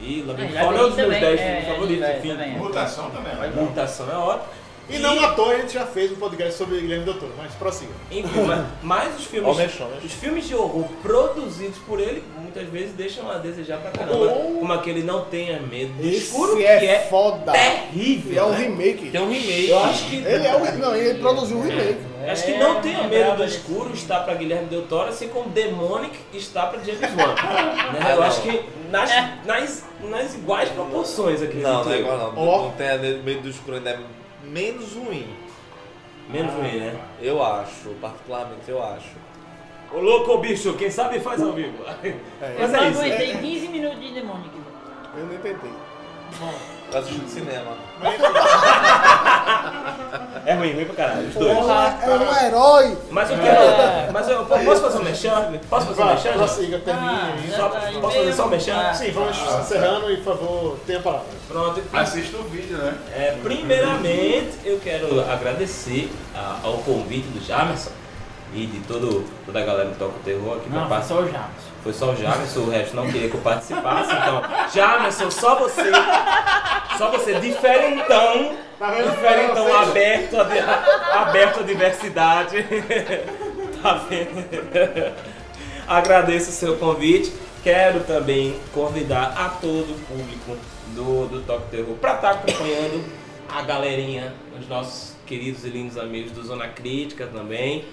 G: E Labirinto do
E: É,
G: Fauno é um dos meus
E: também,
G: 10
E: é,
G: filmes
E: é,
G: favoritos,
E: é,
G: enfim.
E: também é.
B: Mutação também é
G: A
B: legal.
G: mutação é ótima.
F: E não à toa a gente já fez um podcast sobre Guilherme Doutor, mas prossiga.
G: Enfim, mas, mas os filmes.
H: Homens, homens.
G: Os filmes de horror produzidos por ele muitas vezes deixam a desejar pra caramba.
F: Oh.
G: Como aquele não tenha medo do
F: Esse
G: escuro, que
F: é
G: é
F: foda.
G: terrível.
D: É um
G: né?
D: remake.
H: Tem um É. remake.
G: Eu acho que.
D: Ele
E: um
D: é o Não, ele produziu o remake.
G: Acho que não
E: É,
G: tenha
E: é
G: medo do
E: brabo, né?
G: escuro está para Guilherme Del Toro, assim como Demonic está para James Wan. Né? Eu
H: Ah, Não.
G: acho que nas, nas, nas iguais proporções aqui.
H: Não, não é igual não.
F: Ó.
H: Não tem a medo do escuro ainda é menos ruim.
G: Menos ruim, né?
H: Eu acho, particularmente eu acho.
G: Ô louco, bicho, quem sabe faz ao vivo.
E: Eu
G: Mas
E: não
G: é isso. né?
E: aguentei 15 minutos de demônio aqui.
D: Eu nem tentei.
H: Eu assisti no cinema.
G: É ruim, ruim pra caralho, os dois. É.
D: É um herói!
G: Mas eu quero. Mas eu posso fazer um merchan? Posso fazer um
F: Vá,
G: merchan? já?
H: Ah.
F: prossiga, termina aí.
G: Só- posso fazer só um mexer?
F: Sim, vamos
D: Ah.
F: encerrando e, por favor, tenha a palavra.
G: Pronto.
B: Assista o vídeo, né?
G: É, primeiramente, eu quero agradecer a- ao convite do Jamerson e de todo, toda a galera do Toca o Terror aqui pra
E: Não,
G: participar.
E: passou o James.
G: Foi só o Jamerson, o resto não queria que eu participasse, então. Jamerson, só você. Só você, diferentão.
F: Tá vendo?
G: Diferentão,
F: Vocês-
G: aberto a, di- aberto à diversidade. Tá vendo? Agradeço o seu convite. Quero também convidar a todo o público do, do Toque Terror para estar acompanhando a galerinha, os nossos queridos e lindos amigos do Zona Crítica também.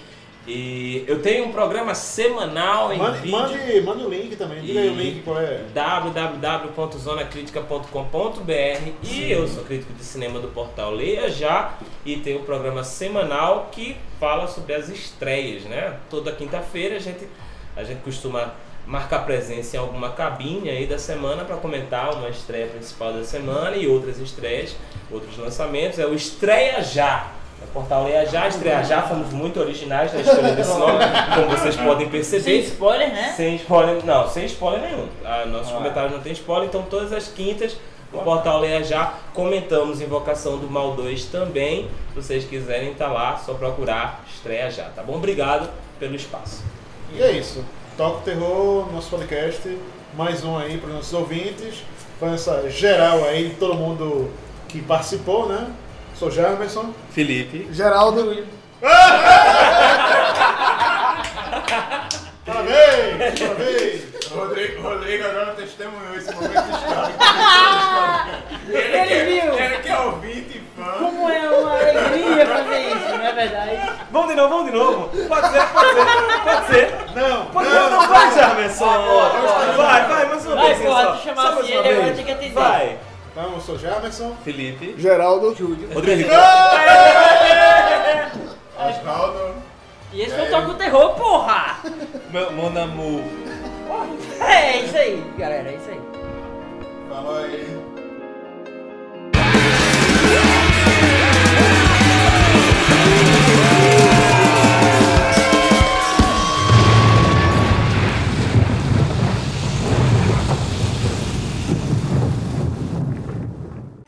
G: E eu tenho um programa semanal em
F: Mande,
G: vídeo.
F: mande, mande o link também. Diga aí o link qual é.
G: www.zonacritica.com.br e eu sou crítico de cinema do portal Leia Já e tem um programa semanal que fala sobre as estreias, né? Toda quinta-feira a gente, a gente costuma marcar presença em alguma cabine aí da semana para comentar uma estreia principal da semana e outras estreias, outros lançamentos. É o Estreia Já! É o portal Leia Já,
F: Ah,
G: Estreia Já, fomos muito originais na escolha desse nome, como vocês podem perceber.
E: Sem spoiler, né?
G: Sem spoiler, não, sem spoiler nenhum. Ah, nossos comentários não tem spoiler, então todas as quintas no portal Leia Já comentamos Invocação do Mal 2 também. Se vocês quiserem tá lá, só procurar estreia já, tá bom? Obrigado pelo espaço.
F: E é isso. Toca o Terror, nosso podcast. Mais um aí para os nossos ouvintes. Faz essa geral aí de todo mundo que participou, né? Sou Jarmerson.
H: Felipe.
D: Geraldo,
F: Parabéns! Parabéns!
B: Rodrigo, Rodrigo agora testemunhou esse momento histórico.
E: Ele viu!
B: Ele que é ouvinte e fã.
E: Como é uma alegria fazer isso, não é verdade?
G: Vamos de novo, vamos de novo. Pode ser, pode ser, pode ser.
F: Não!
G: Pode ser, não vai, Jarmerson. Vai, vai, mais uma
E: Vai,
G: vez.
E: porra,
G: só.
E: tu
G: Só
E: chamar
G: mais
E: assim,
G: uma
E: ele agora
G: vez.
E: tem que atender.
G: Vai.
F: Então, eu sou Jarmerson.
H: Felipe.
D: Geraldo, Júlio.
G: Rodrigo.
B: Osvaldo.
E: E esse foi o Toca o Terror, porra!
H: Meu, mon amour.
E: É isso aí, galera, é isso aí.
B: Falou aí.